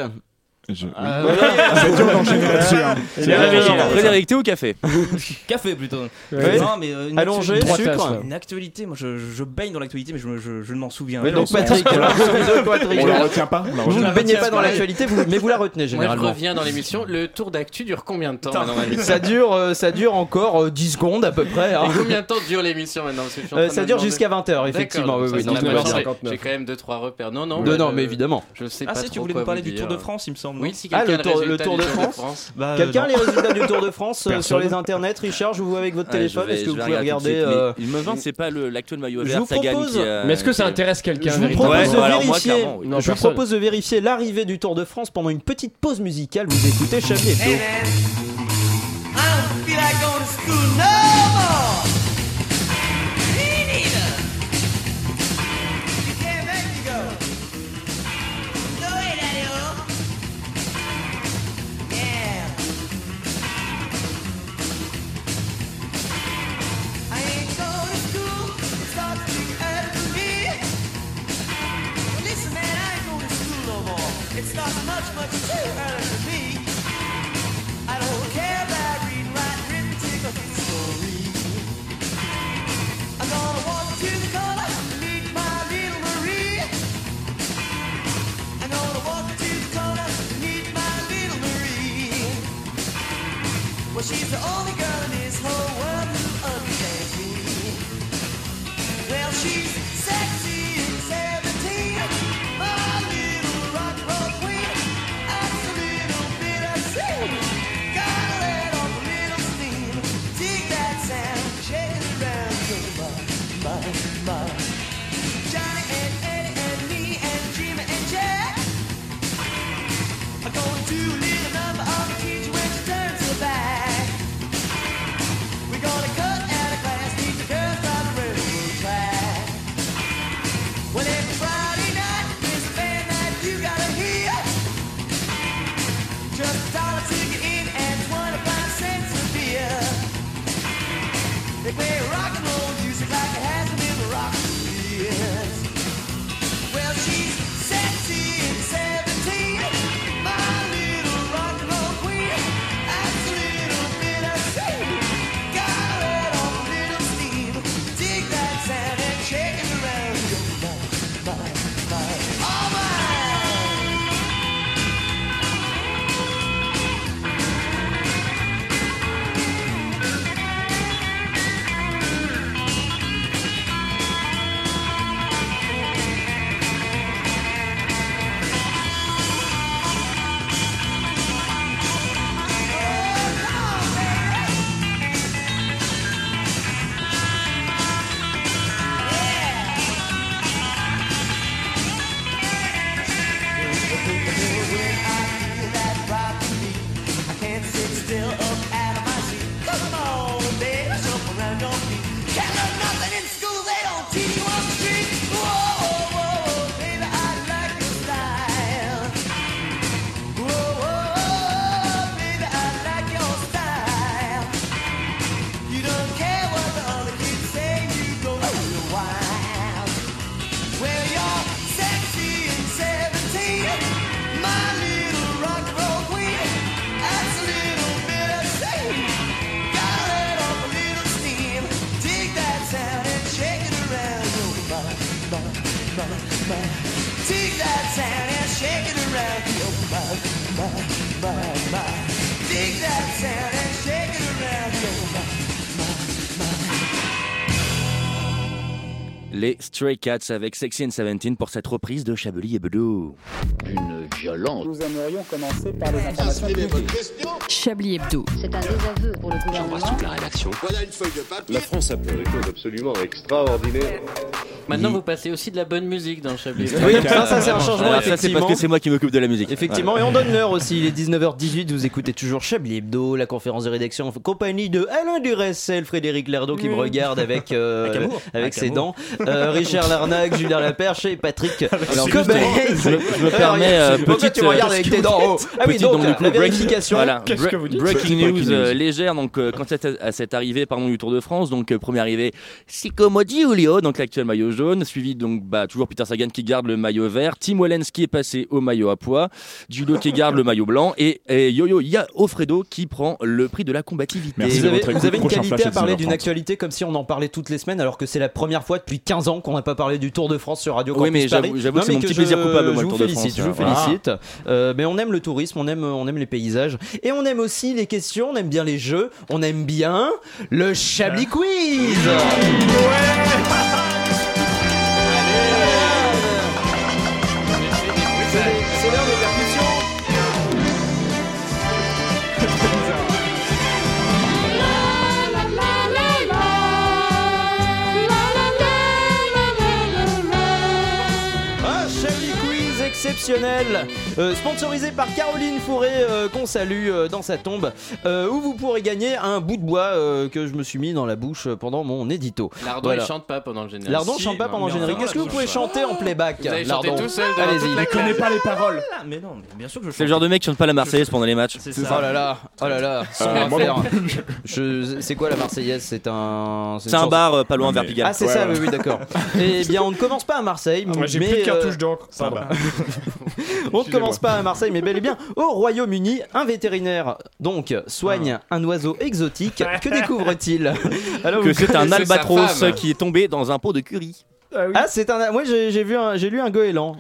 Speaker 12: Euh,
Speaker 13: Ouais. C'est dur d'enchaîner là-dessus, hein.
Speaker 12: Et
Speaker 13: C'est
Speaker 12: bien,
Speaker 13: vrai.
Speaker 12: Frédéric,
Speaker 15: Frédéric, t'es au café
Speaker 16: Café plutôt.
Speaker 12: Ouais.
Speaker 16: Non, mais euh, une
Speaker 12: Allongé,
Speaker 16: actu-
Speaker 12: sucre.
Speaker 16: Droite, là. Une actualité, moi je, je baigne dans l'actualité, mais je, me- je- je ne m'en souviens
Speaker 12: Ouais,
Speaker 16: pas.
Speaker 12: donc, Patrick, alors, excusez-moi, Patrick. On la retient pas, on la Vous retient ne pas. baignez pas dans l'actualité, vous- mais vous la retenez, généralement.
Speaker 14: Moi, je reviens dans l'émission. Le tour d'actu dure combien de temps maintenant, dans l'émission
Speaker 12: ça dure, euh, ça dure encore euh, 10 secondes à peu près. hein.
Speaker 14: Et combien de temps dure l'émission maintenant Parce que je suis en
Speaker 12: Euh,
Speaker 14: train
Speaker 12: ça
Speaker 14: de me
Speaker 12: dure
Speaker 14: demander.
Speaker 12: jusqu'à 20 heures,
Speaker 14: D'accord,
Speaker 12: effectivement,
Speaker 14: donc
Speaker 12: oui,
Speaker 14: ça,
Speaker 12: oui,
Speaker 14: c'est
Speaker 12: donc
Speaker 14: la
Speaker 12: c'est
Speaker 14: bonne
Speaker 12: 59.
Speaker 14: J'ai quand même 2 trois repères. Non, non.
Speaker 12: De-
Speaker 14: moi,
Speaker 12: non,
Speaker 14: je-
Speaker 12: mais évidemment.
Speaker 14: Je sais
Speaker 16: Ah,
Speaker 14: pas.
Speaker 16: si, tu
Speaker 14: trop
Speaker 16: voulais nous
Speaker 14: quoi
Speaker 16: parler
Speaker 14: vous
Speaker 16: du
Speaker 14: dire.
Speaker 16: Tour de France, il me semble.
Speaker 14: Oui, si
Speaker 12: Ah,
Speaker 14: quelqu'un
Speaker 12: le
Speaker 14: a
Speaker 12: tour, le
Speaker 14: résultat
Speaker 12: tour
Speaker 14: du
Speaker 12: de France.
Speaker 16: Bah, euh,
Speaker 12: Quelqu'un
Speaker 16: non.
Speaker 12: a les résultats du Tour de France euh, sur
Speaker 16: Personne.
Speaker 12: les internets Richard, je vous vois avec
Speaker 3: Ah,
Speaker 12: votre
Speaker 15: Ouais, je
Speaker 12: téléphone.
Speaker 15: vais-
Speaker 12: Est-ce que
Speaker 15: je
Speaker 12: vous
Speaker 15: vais
Speaker 12: pouvez
Speaker 15: regarder tout de suite,
Speaker 12: regarder
Speaker 15: mais
Speaker 12: euh,
Speaker 15: Il me semble que c'est pas le- l'actuel maillot
Speaker 12: Je
Speaker 15: vert
Speaker 12: vous
Speaker 15: Sagan
Speaker 12: propose-
Speaker 15: qui
Speaker 3: euh,
Speaker 15: a-
Speaker 4: Mais est-ce que ça
Speaker 15: qui-
Speaker 4: intéresse quelqu'un
Speaker 12: Je vous
Speaker 4: véritablement
Speaker 12: propose de
Speaker 15: Ouais, alors moi,
Speaker 12: vérifier.
Speaker 15: clairement, oui. Non,
Speaker 12: je vous
Speaker 15: personne.
Speaker 12: propose de vérifier l'arrivée du Tour de France pendant une petite pause musicale. Vous écoutez Chablis
Speaker 17: Eh ben,
Speaker 12: Hebdo.
Speaker 17: I don't feel like going to school no more. Me neither. You can't make me go. No way, Daddy. Yeah. I ain't going to school. It's all too early for me. Well, listen, man, I ain't going to school no more. It's not much, much too early for me. I don't care about reading, writing, arithmetic, or history. I'm gonna walk to the corner and meet my little Marie. I'm gonna walk to the corner and meet my little Marie. Well, she's the only girl in this whole world who understands me. Well, she's sexy and 17, my little rock and roll queen. That's a little bit of sin. Gotta let off a little steam. Dig that sound, shake it around. Give my, my, my. Johnny and Eddie and me
Speaker 3: les Stray Cats avec Sexy and 17 pour cette reprise de Chablis et Bedou. Une violente.
Speaker 8: Nous aimerions commencer par les informations publiques.
Speaker 9: Chablis Hebdo. C'est un désaveu pour le gouvernement.
Speaker 10: toute la rédaction.
Speaker 5: Voilà une feuille de papier.
Speaker 10: La France a fait des choses absolument extraordinaires.
Speaker 14: Maintenant, vous passez aussi de la bonne musique dans Chablis.
Speaker 12: Oui, ça, ça, c'est un changement,
Speaker 3: Ah, ça, c'est parce que c'est moi qui m'occupe de la musique.
Speaker 12: Effectivement,
Speaker 3: Voilà.
Speaker 12: et on donne l'heure aussi, il est 19h18, vous écoutez toujours Chablis Hebdo, la conférence de rédaction en compagnie de Alain Duracel, Frédéric Lerdo qui me
Speaker 3: Oui.
Speaker 12: regarde avec, euh,
Speaker 3: Avec amour.
Speaker 12: avec
Speaker 3: Avec
Speaker 12: ses dents,
Speaker 3: amour.
Speaker 12: euh, Richard Larnac, Julien Laperche et Patrick
Speaker 3: Alors,
Speaker 12: Cobain.
Speaker 3: justement, je me- je me
Speaker 12: Alors,
Speaker 3: permets,
Speaker 12: il y a-
Speaker 3: euh,
Speaker 12: Pourquoi
Speaker 3: petite,
Speaker 12: tu me regardes
Speaker 3: euh,
Speaker 12: avec tes dents oh Ah oui,
Speaker 3: Petite,
Speaker 12: donc,
Speaker 3: du coup,
Speaker 12: la
Speaker 3: break-
Speaker 12: vérification.
Speaker 3: voilà, bre- Breaking news euh, légère, donc euh, quand c'est à cette arrivée pardon, du Tour de France, donc euh, premier arrivé, Sicomodi Julio, donc l'actuel maillot jaune, suivi donc bah, toujours Peter Sagan qui garde le maillot vert, Tim Wellens qui est passé au maillot à pois, Judo qui garde le maillot blanc et, et Yo-Yo Ofredo qui prend le prix de la combativité.
Speaker 12: vous avez, vous avez une qualité à parler d'une actualité comme si on en parlait toutes les semaines, alors que c'est la première fois depuis 15 ans qu'on n'a pas parlé du Tour de France sur Radio
Speaker 3: Oui,
Speaker 12: Campus
Speaker 3: mais j'avoue-
Speaker 12: Paris.
Speaker 3: j'avoue que
Speaker 12: Non,
Speaker 3: c'est
Speaker 12: mais
Speaker 3: mon petit plaisir
Speaker 12: je-
Speaker 3: coupable,
Speaker 12: Je
Speaker 3: moi, le
Speaker 12: vous
Speaker 3: Tour de
Speaker 12: félicite,
Speaker 3: France,
Speaker 12: je vous
Speaker 3: hein.
Speaker 12: félicite. Euh, mais on aime le tourisme, on aime, on aime les paysages, et on aime aussi les questions, on aime bien les jeux, on aime bien le Chablis
Speaker 3: Ah.
Speaker 12: Quiz.
Speaker 17: C'est l'heure des percussions.
Speaker 12: Un Chablis Quiz exceptionnel, euh, sponsorisé par Caroline Fourré, euh, qu'on salue euh, dans sa tombe, euh, où vous pourrez gagner un bout de bois euh, que je me suis mis dans la bouche pendant mon édito.
Speaker 14: Lardon, il chante pas pendant le générique.
Speaker 12: Lardon
Speaker 14: Si,
Speaker 12: chante pas
Speaker 14: non,
Speaker 12: pendant le
Speaker 14: mais
Speaker 12: générique.
Speaker 14: enfin,
Speaker 12: Est-ce que vous
Speaker 14: je
Speaker 12: pouvez
Speaker 14: sais
Speaker 12: chanter en playback
Speaker 14: Vous allez chanter
Speaker 12: Lardon
Speaker 14: tout seul devant
Speaker 12: Allez-y.
Speaker 14: toute la classe.
Speaker 12: paroles.
Speaker 16: Mais non, mais bien sûr que je
Speaker 3: C'est le genre de mec qui chante pas la Marseillaise pendant les matchs.
Speaker 12: C'est ça. Oh là là, oh là là, son
Speaker 3: Euh, moi
Speaker 12: enfer.
Speaker 3: non
Speaker 12: Je- C'est quoi la Marseillaise C'est un.
Speaker 3: C'est un
Speaker 12: une
Speaker 3: bar, euh, pas loin, vers Pigalle.
Speaker 12: Ah, c'est
Speaker 3: Ouais,
Speaker 12: ça,
Speaker 3: ouais.
Speaker 12: oui, oui, d'accord. Eh bien, on ne commence pas à Marseille.
Speaker 4: Ah, J'ai
Speaker 12: mais,
Speaker 4: plus de
Speaker 12: euh,
Speaker 4: cartouche d'encre.
Speaker 12: ça
Speaker 4: Pardon.
Speaker 12: On ne commence pas à Marseille, mais bel et bien au Royaume-Uni. Un vétérinaire, donc, soigne
Speaker 3: Ah.
Speaker 12: un oiseau exotique. Que découvre-t-il Alors,
Speaker 3: que
Speaker 12: vous
Speaker 3: c'est un
Speaker 12: connaissez sa
Speaker 3: albatros
Speaker 12: femme.
Speaker 3: qui est tombé dans un pot de curry.
Speaker 4: Ah,
Speaker 12: c'est un. Moi, j'ai j'ai vu un- j'ai lu un goéland.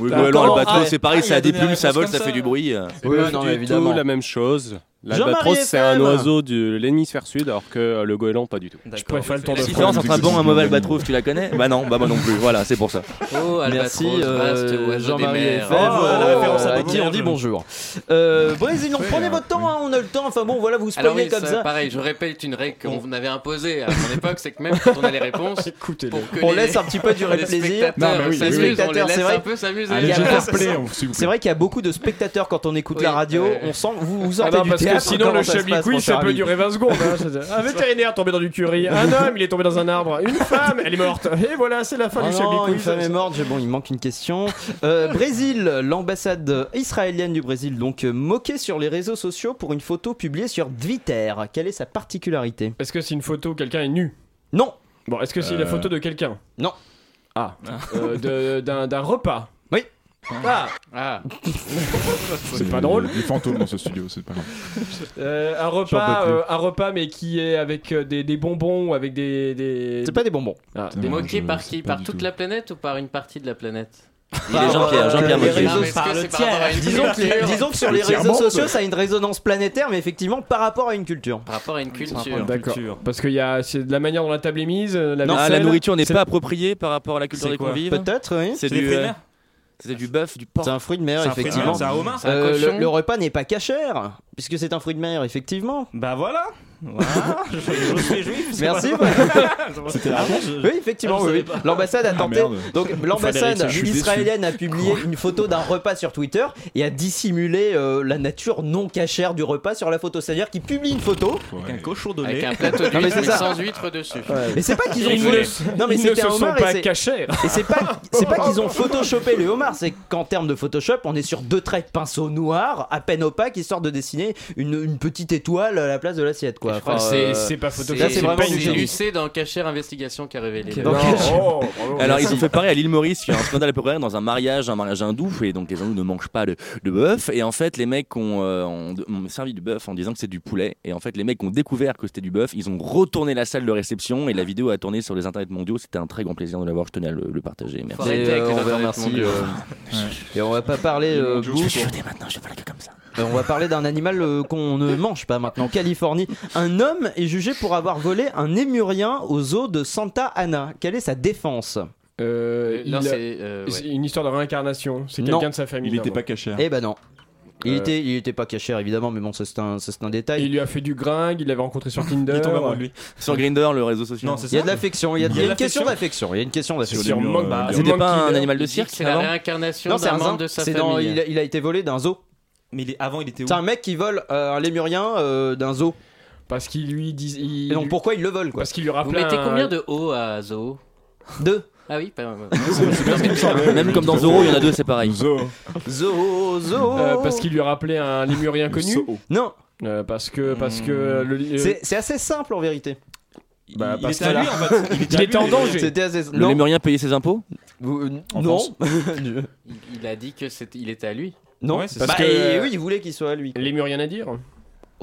Speaker 3: Oui,
Speaker 12: Ah,
Speaker 3: goéland,
Speaker 12: comment-
Speaker 3: albatros,
Speaker 12: ah,
Speaker 3: c'est pareil,
Speaker 12: ah, il
Speaker 3: ça
Speaker 12: a
Speaker 3: a des
Speaker 12: donné la
Speaker 3: plumes, ça
Speaker 12: réponse
Speaker 3: vole,
Speaker 12: comme
Speaker 3: ça fait du bruit. euh.
Speaker 12: Oui,
Speaker 18: pas
Speaker 12: non,
Speaker 18: du
Speaker 12: mais évidemment.
Speaker 18: tout la même chose.
Speaker 12: Jean-Marie
Speaker 18: L'albatros, c'est un
Speaker 12: FM.
Speaker 18: oiseau de l'hémisphère sud, alors que euh, le goéland, pas du tout. Je
Speaker 3: préfère le Tour de La France. différence entre un bon et un mauvais albatros, tu la connais Bah non, bah moi non plus, voilà, c'est pour ça.
Speaker 14: Oh,
Speaker 12: Merci
Speaker 14: Albatros, vaste
Speaker 12: euh,
Speaker 14: oiseau des
Speaker 12: Jean-Marie
Speaker 14: mers.
Speaker 12: Eiffel,
Speaker 14: Oh,
Speaker 12: voilà,
Speaker 14: oh,
Speaker 12: référence à
Speaker 14: oh,
Speaker 12: qui on dit
Speaker 14: merde.
Speaker 12: bonjour. Euh, Brésilien, prenez votre temps, hein, on a le temps. Enfin bon, voilà, vous
Speaker 14: Alors
Speaker 12: spoilez
Speaker 14: oui,
Speaker 12: comme
Speaker 14: ça,
Speaker 12: ça.
Speaker 14: pareil, je répète une règle qu'on avait imposée à mon époque, c'est que même quand on a les réponses, pour que
Speaker 12: On
Speaker 14: les-
Speaker 12: laisse un petit peu durer
Speaker 14: les
Speaker 12: le plaisir.
Speaker 14: spectateurs s'amusent, on les laisse
Speaker 12: c'est vrai.
Speaker 14: un peu s'amuser.
Speaker 12: Il y a
Speaker 14: Allez,
Speaker 12: beaucoup-
Speaker 14: je fais play, on- s'il vous plaît.
Speaker 12: C'est vrai qu'il y a beaucoup de spectateurs quand on écoute la radio. On sent, vous, vous
Speaker 4: Ah
Speaker 12: sortez
Speaker 4: non,
Speaker 12: du
Speaker 4: parce que
Speaker 12: théâtre,
Speaker 4: sinon
Speaker 12: comment
Speaker 4: le
Speaker 12: ça se
Speaker 4: Chablis
Speaker 12: passe, mon
Speaker 4: Quiz
Speaker 12: cher
Speaker 4: ça peut
Speaker 12: ami
Speaker 4: durer 20 secondes. hein, c'est- un vétérinaire tombé dans du curry, un homme il est tombé dans un arbre, une femme elle est morte. Et voilà, c'est la fin
Speaker 12: Oh
Speaker 4: du
Speaker 12: non,
Speaker 4: Chablis
Speaker 12: une
Speaker 4: Quiz.
Speaker 12: femme est morte. j'ai- Bon, il manque une question. Euh, Brésil, l'ambassade israélienne du Brésil, donc euh, moquée sur les réseaux sociaux pour une photo publiée sur Twitter. Quelle est sa particularité
Speaker 4: Est-ce que c'est une photo où quelqu'un est nu
Speaker 12: Non.
Speaker 4: Bon, est-ce que c'est la
Speaker 12: Euh.
Speaker 4: photo de quelqu'un
Speaker 12: Non.
Speaker 4: Ah, Euh, de- d'un d'un repas
Speaker 12: Oui.
Speaker 4: Ah, C'est pas drôle.
Speaker 13: Euh, Les fantômes dans ce studio, c'est pas grave.
Speaker 4: Euh, un
Speaker 13: J'en
Speaker 4: repas,
Speaker 13: peux plus.
Speaker 4: euh, un repas, mais qui est avec euh, des, des bonbons ou avec des. des... Ah.
Speaker 12: C'est pas des bonbons.
Speaker 4: des
Speaker 14: Moqué
Speaker 4: je-
Speaker 14: par
Speaker 4: c'est
Speaker 14: qui
Speaker 4: pas
Speaker 14: Par
Speaker 4: du
Speaker 14: toute
Speaker 4: tout.
Speaker 14: la planète ou par une partie de la planète
Speaker 3: Il est
Speaker 12: Euh,
Speaker 3: Jean-Pierre, Jean-Pierre Moquet.
Speaker 14: Non, mais est-ce que c'est par rapport à une
Speaker 12: Disons que, les-
Speaker 14: culture
Speaker 12: disons que sur les réseaux sociaux, ça a une résonance planétaire, mais effectivement par rapport à une culture.
Speaker 14: Par rapport à une culture.
Speaker 4: D'accord. Parce qu'il y a c'est de la manière dont la table est mise. euh, La
Speaker 3: Non,
Speaker 4: vaisselle.
Speaker 3: la nourriture n'est
Speaker 4: C'est-
Speaker 3: pas appropriée par rapport à la culture
Speaker 4: C'est
Speaker 3: des
Speaker 4: quoi
Speaker 3: convives.
Speaker 12: Peut-être, oui.
Speaker 3: C'est
Speaker 12: C'est des
Speaker 3: du.
Speaker 12: fruits de
Speaker 3: euh,
Speaker 12: mer
Speaker 3: C'était du bœuf, du porc.
Speaker 12: C'est un fruit de mer, effectivement. Euh, le, le repas n'est pas cachère, puisque c'est un fruit de mer, effectivement. Bah voilà. Merci.
Speaker 17: C'était la réponse
Speaker 12: Oui, effectivement.
Speaker 17: Ah, je
Speaker 12: oui,
Speaker 17: savais
Speaker 12: oui.
Speaker 17: pas.
Speaker 12: L'ambassade a
Speaker 17: Ah,
Speaker 12: tenté.
Speaker 17: merde.
Speaker 12: donc
Speaker 17: Fallait
Speaker 12: l'ambassade
Speaker 17: rester, je suis déçu.
Speaker 12: israélienne a publié une photo d'un repas sur Twitter et a dissimulé euh, la nature non cachère du repas sur la photo. C'est-à-dire qu'ils publient une photo
Speaker 16: Avec un cochon donné.
Speaker 14: Avec un plateau
Speaker 12: Non, mais
Speaker 14: d'huîtres
Speaker 12: c'est
Speaker 14: mais
Speaker 12: ça.
Speaker 14: sans huîtres dessus.
Speaker 12: Et c'est pas qu'ils ont
Speaker 14: Ils
Speaker 12: voulu.
Speaker 14: ne-
Speaker 12: Non mais
Speaker 14: ils ne
Speaker 12: c'était
Speaker 14: se
Speaker 12: un
Speaker 14: sont
Speaker 12: homard
Speaker 14: pas
Speaker 12: et c'est-
Speaker 14: cachés.
Speaker 12: Et c'est pas c'est pas qu'ils ont photoshopé le homard, c'est qu'en termes de Photoshop, on est sur deux traits de pinceau noir à peine opaque histoire de dessiner une, une petite étoile à la place de l'assiette
Speaker 14: crois
Speaker 12: quoi. Enfin,
Speaker 14: que c'est-
Speaker 12: euh,
Speaker 4: c'est pas photoshop.
Speaker 12: Là c'est vraiment du
Speaker 14: C'est
Speaker 12: génie.
Speaker 14: Lucé dans Cachère Investigation qui a révélé.
Speaker 3: Non.
Speaker 4: Oh,
Speaker 3: Alors ils ont fait pareil à l'île Maurice, il y a un scandale à peu près dans un mariage, un mariage hindou, et donc les hindous ne mangent pas de, de bœuf, et en fait les mecs ont, euh, ont- ont servi du bœuf en disant que c'est du poulet, et en fait les mecs ont découvert que c'était du bœuf, ils ont retourné la salle de réception, et la vidéo a tourné sur les internets mondiaux, c'était un très grand plaisir de l'avoir, je tenais à le, le partager, merci.
Speaker 12: Et, euh, on va remercier, euh, Et on va pas parler euh, bouffe.
Speaker 3: Je vais maintenant, je vais parler que comme ça.
Speaker 12: Euh, on va parler d'un animal euh, qu'on ne mange pas maintenant. En Californie, un homme est jugé pour avoir volé un émurien au zoo de Santa Ana. Quelle est sa défense
Speaker 4: Euh,
Speaker 12: Non,
Speaker 4: il a-
Speaker 12: c'est, euh, ouais.
Speaker 4: c'est une histoire de réincarnation. C'est
Speaker 12: Non.
Speaker 4: quelqu'un de sa famille.
Speaker 12: Il était
Speaker 4: d'abord.
Speaker 12: pas cachère. Eh ben non. Il,
Speaker 4: Euh.
Speaker 12: était, il était pas caché évidemment, mais bon, ça c'est un, ça, c'est un détail.
Speaker 4: Il lui a fait du gringue, il l'avait rencontré sur Tinder.
Speaker 12: tombe amoureux de lui.
Speaker 3: Sur Grinder, le réseau social.
Speaker 12: Non, c'est ça. euh, Il y a de l'affection, il y a- il y a une question d'affection, il y a une question d'affection.
Speaker 3: Sur
Speaker 12: Sur
Speaker 3: Monk-
Speaker 15: euh,
Speaker 12: Monk-
Speaker 3: bah,
Speaker 12: Monk
Speaker 3: C'était pas
Speaker 4: euh,
Speaker 3: un
Speaker 12: Killer.
Speaker 3: animal de
Speaker 12: Il dit
Speaker 3: cirque
Speaker 12: que c'est la
Speaker 3: avant
Speaker 12: réincarnation Non, c'est d'un un membre de sa c'est dans- famille. il a- été volé d'un zoo.
Speaker 15: Mais il est- avant, il était où
Speaker 12: C'est un mec qui vole euh, un lémurien euh, d'un zoo.
Speaker 4: Parce qu'il lui dit.
Speaker 12: Et donc pourquoi il le vole quoi
Speaker 4: Parce qu'il lui
Speaker 14: Vous
Speaker 4: rappelle.
Speaker 14: mettez combien de O à Zoo
Speaker 12: euh, Deux.
Speaker 14: Ah oui, pas.
Speaker 3: Même comme dans Zoro, il y en a deux, c'est pareil.
Speaker 12: Zoo, zoo.
Speaker 4: Euh, parce qu'il lui rappelait un lémurien connu Euh,
Speaker 12: Non.
Speaker 4: parce que. Parce
Speaker 3: Hmm.
Speaker 4: que le, euh,
Speaker 12: C'est c'est assez simple en vérité.
Speaker 4: bah,
Speaker 12: il
Speaker 4: parce
Speaker 12: était à
Speaker 4: que-
Speaker 12: lui, en fait. Il était à
Speaker 4: Il était
Speaker 12: lui,
Speaker 4: en danger.
Speaker 12: C'était assez-
Speaker 3: Le
Speaker 12: non.
Speaker 3: lémurien payait ses impôts
Speaker 12: Vous- euh,
Speaker 3: En
Speaker 12: non.
Speaker 3: France.
Speaker 12: Je-
Speaker 14: Il, il a dit que c'était, il était à lui.
Speaker 12: non. Bah, et oui, il voulait qu'il soit à lui.
Speaker 4: Lémurien à dire.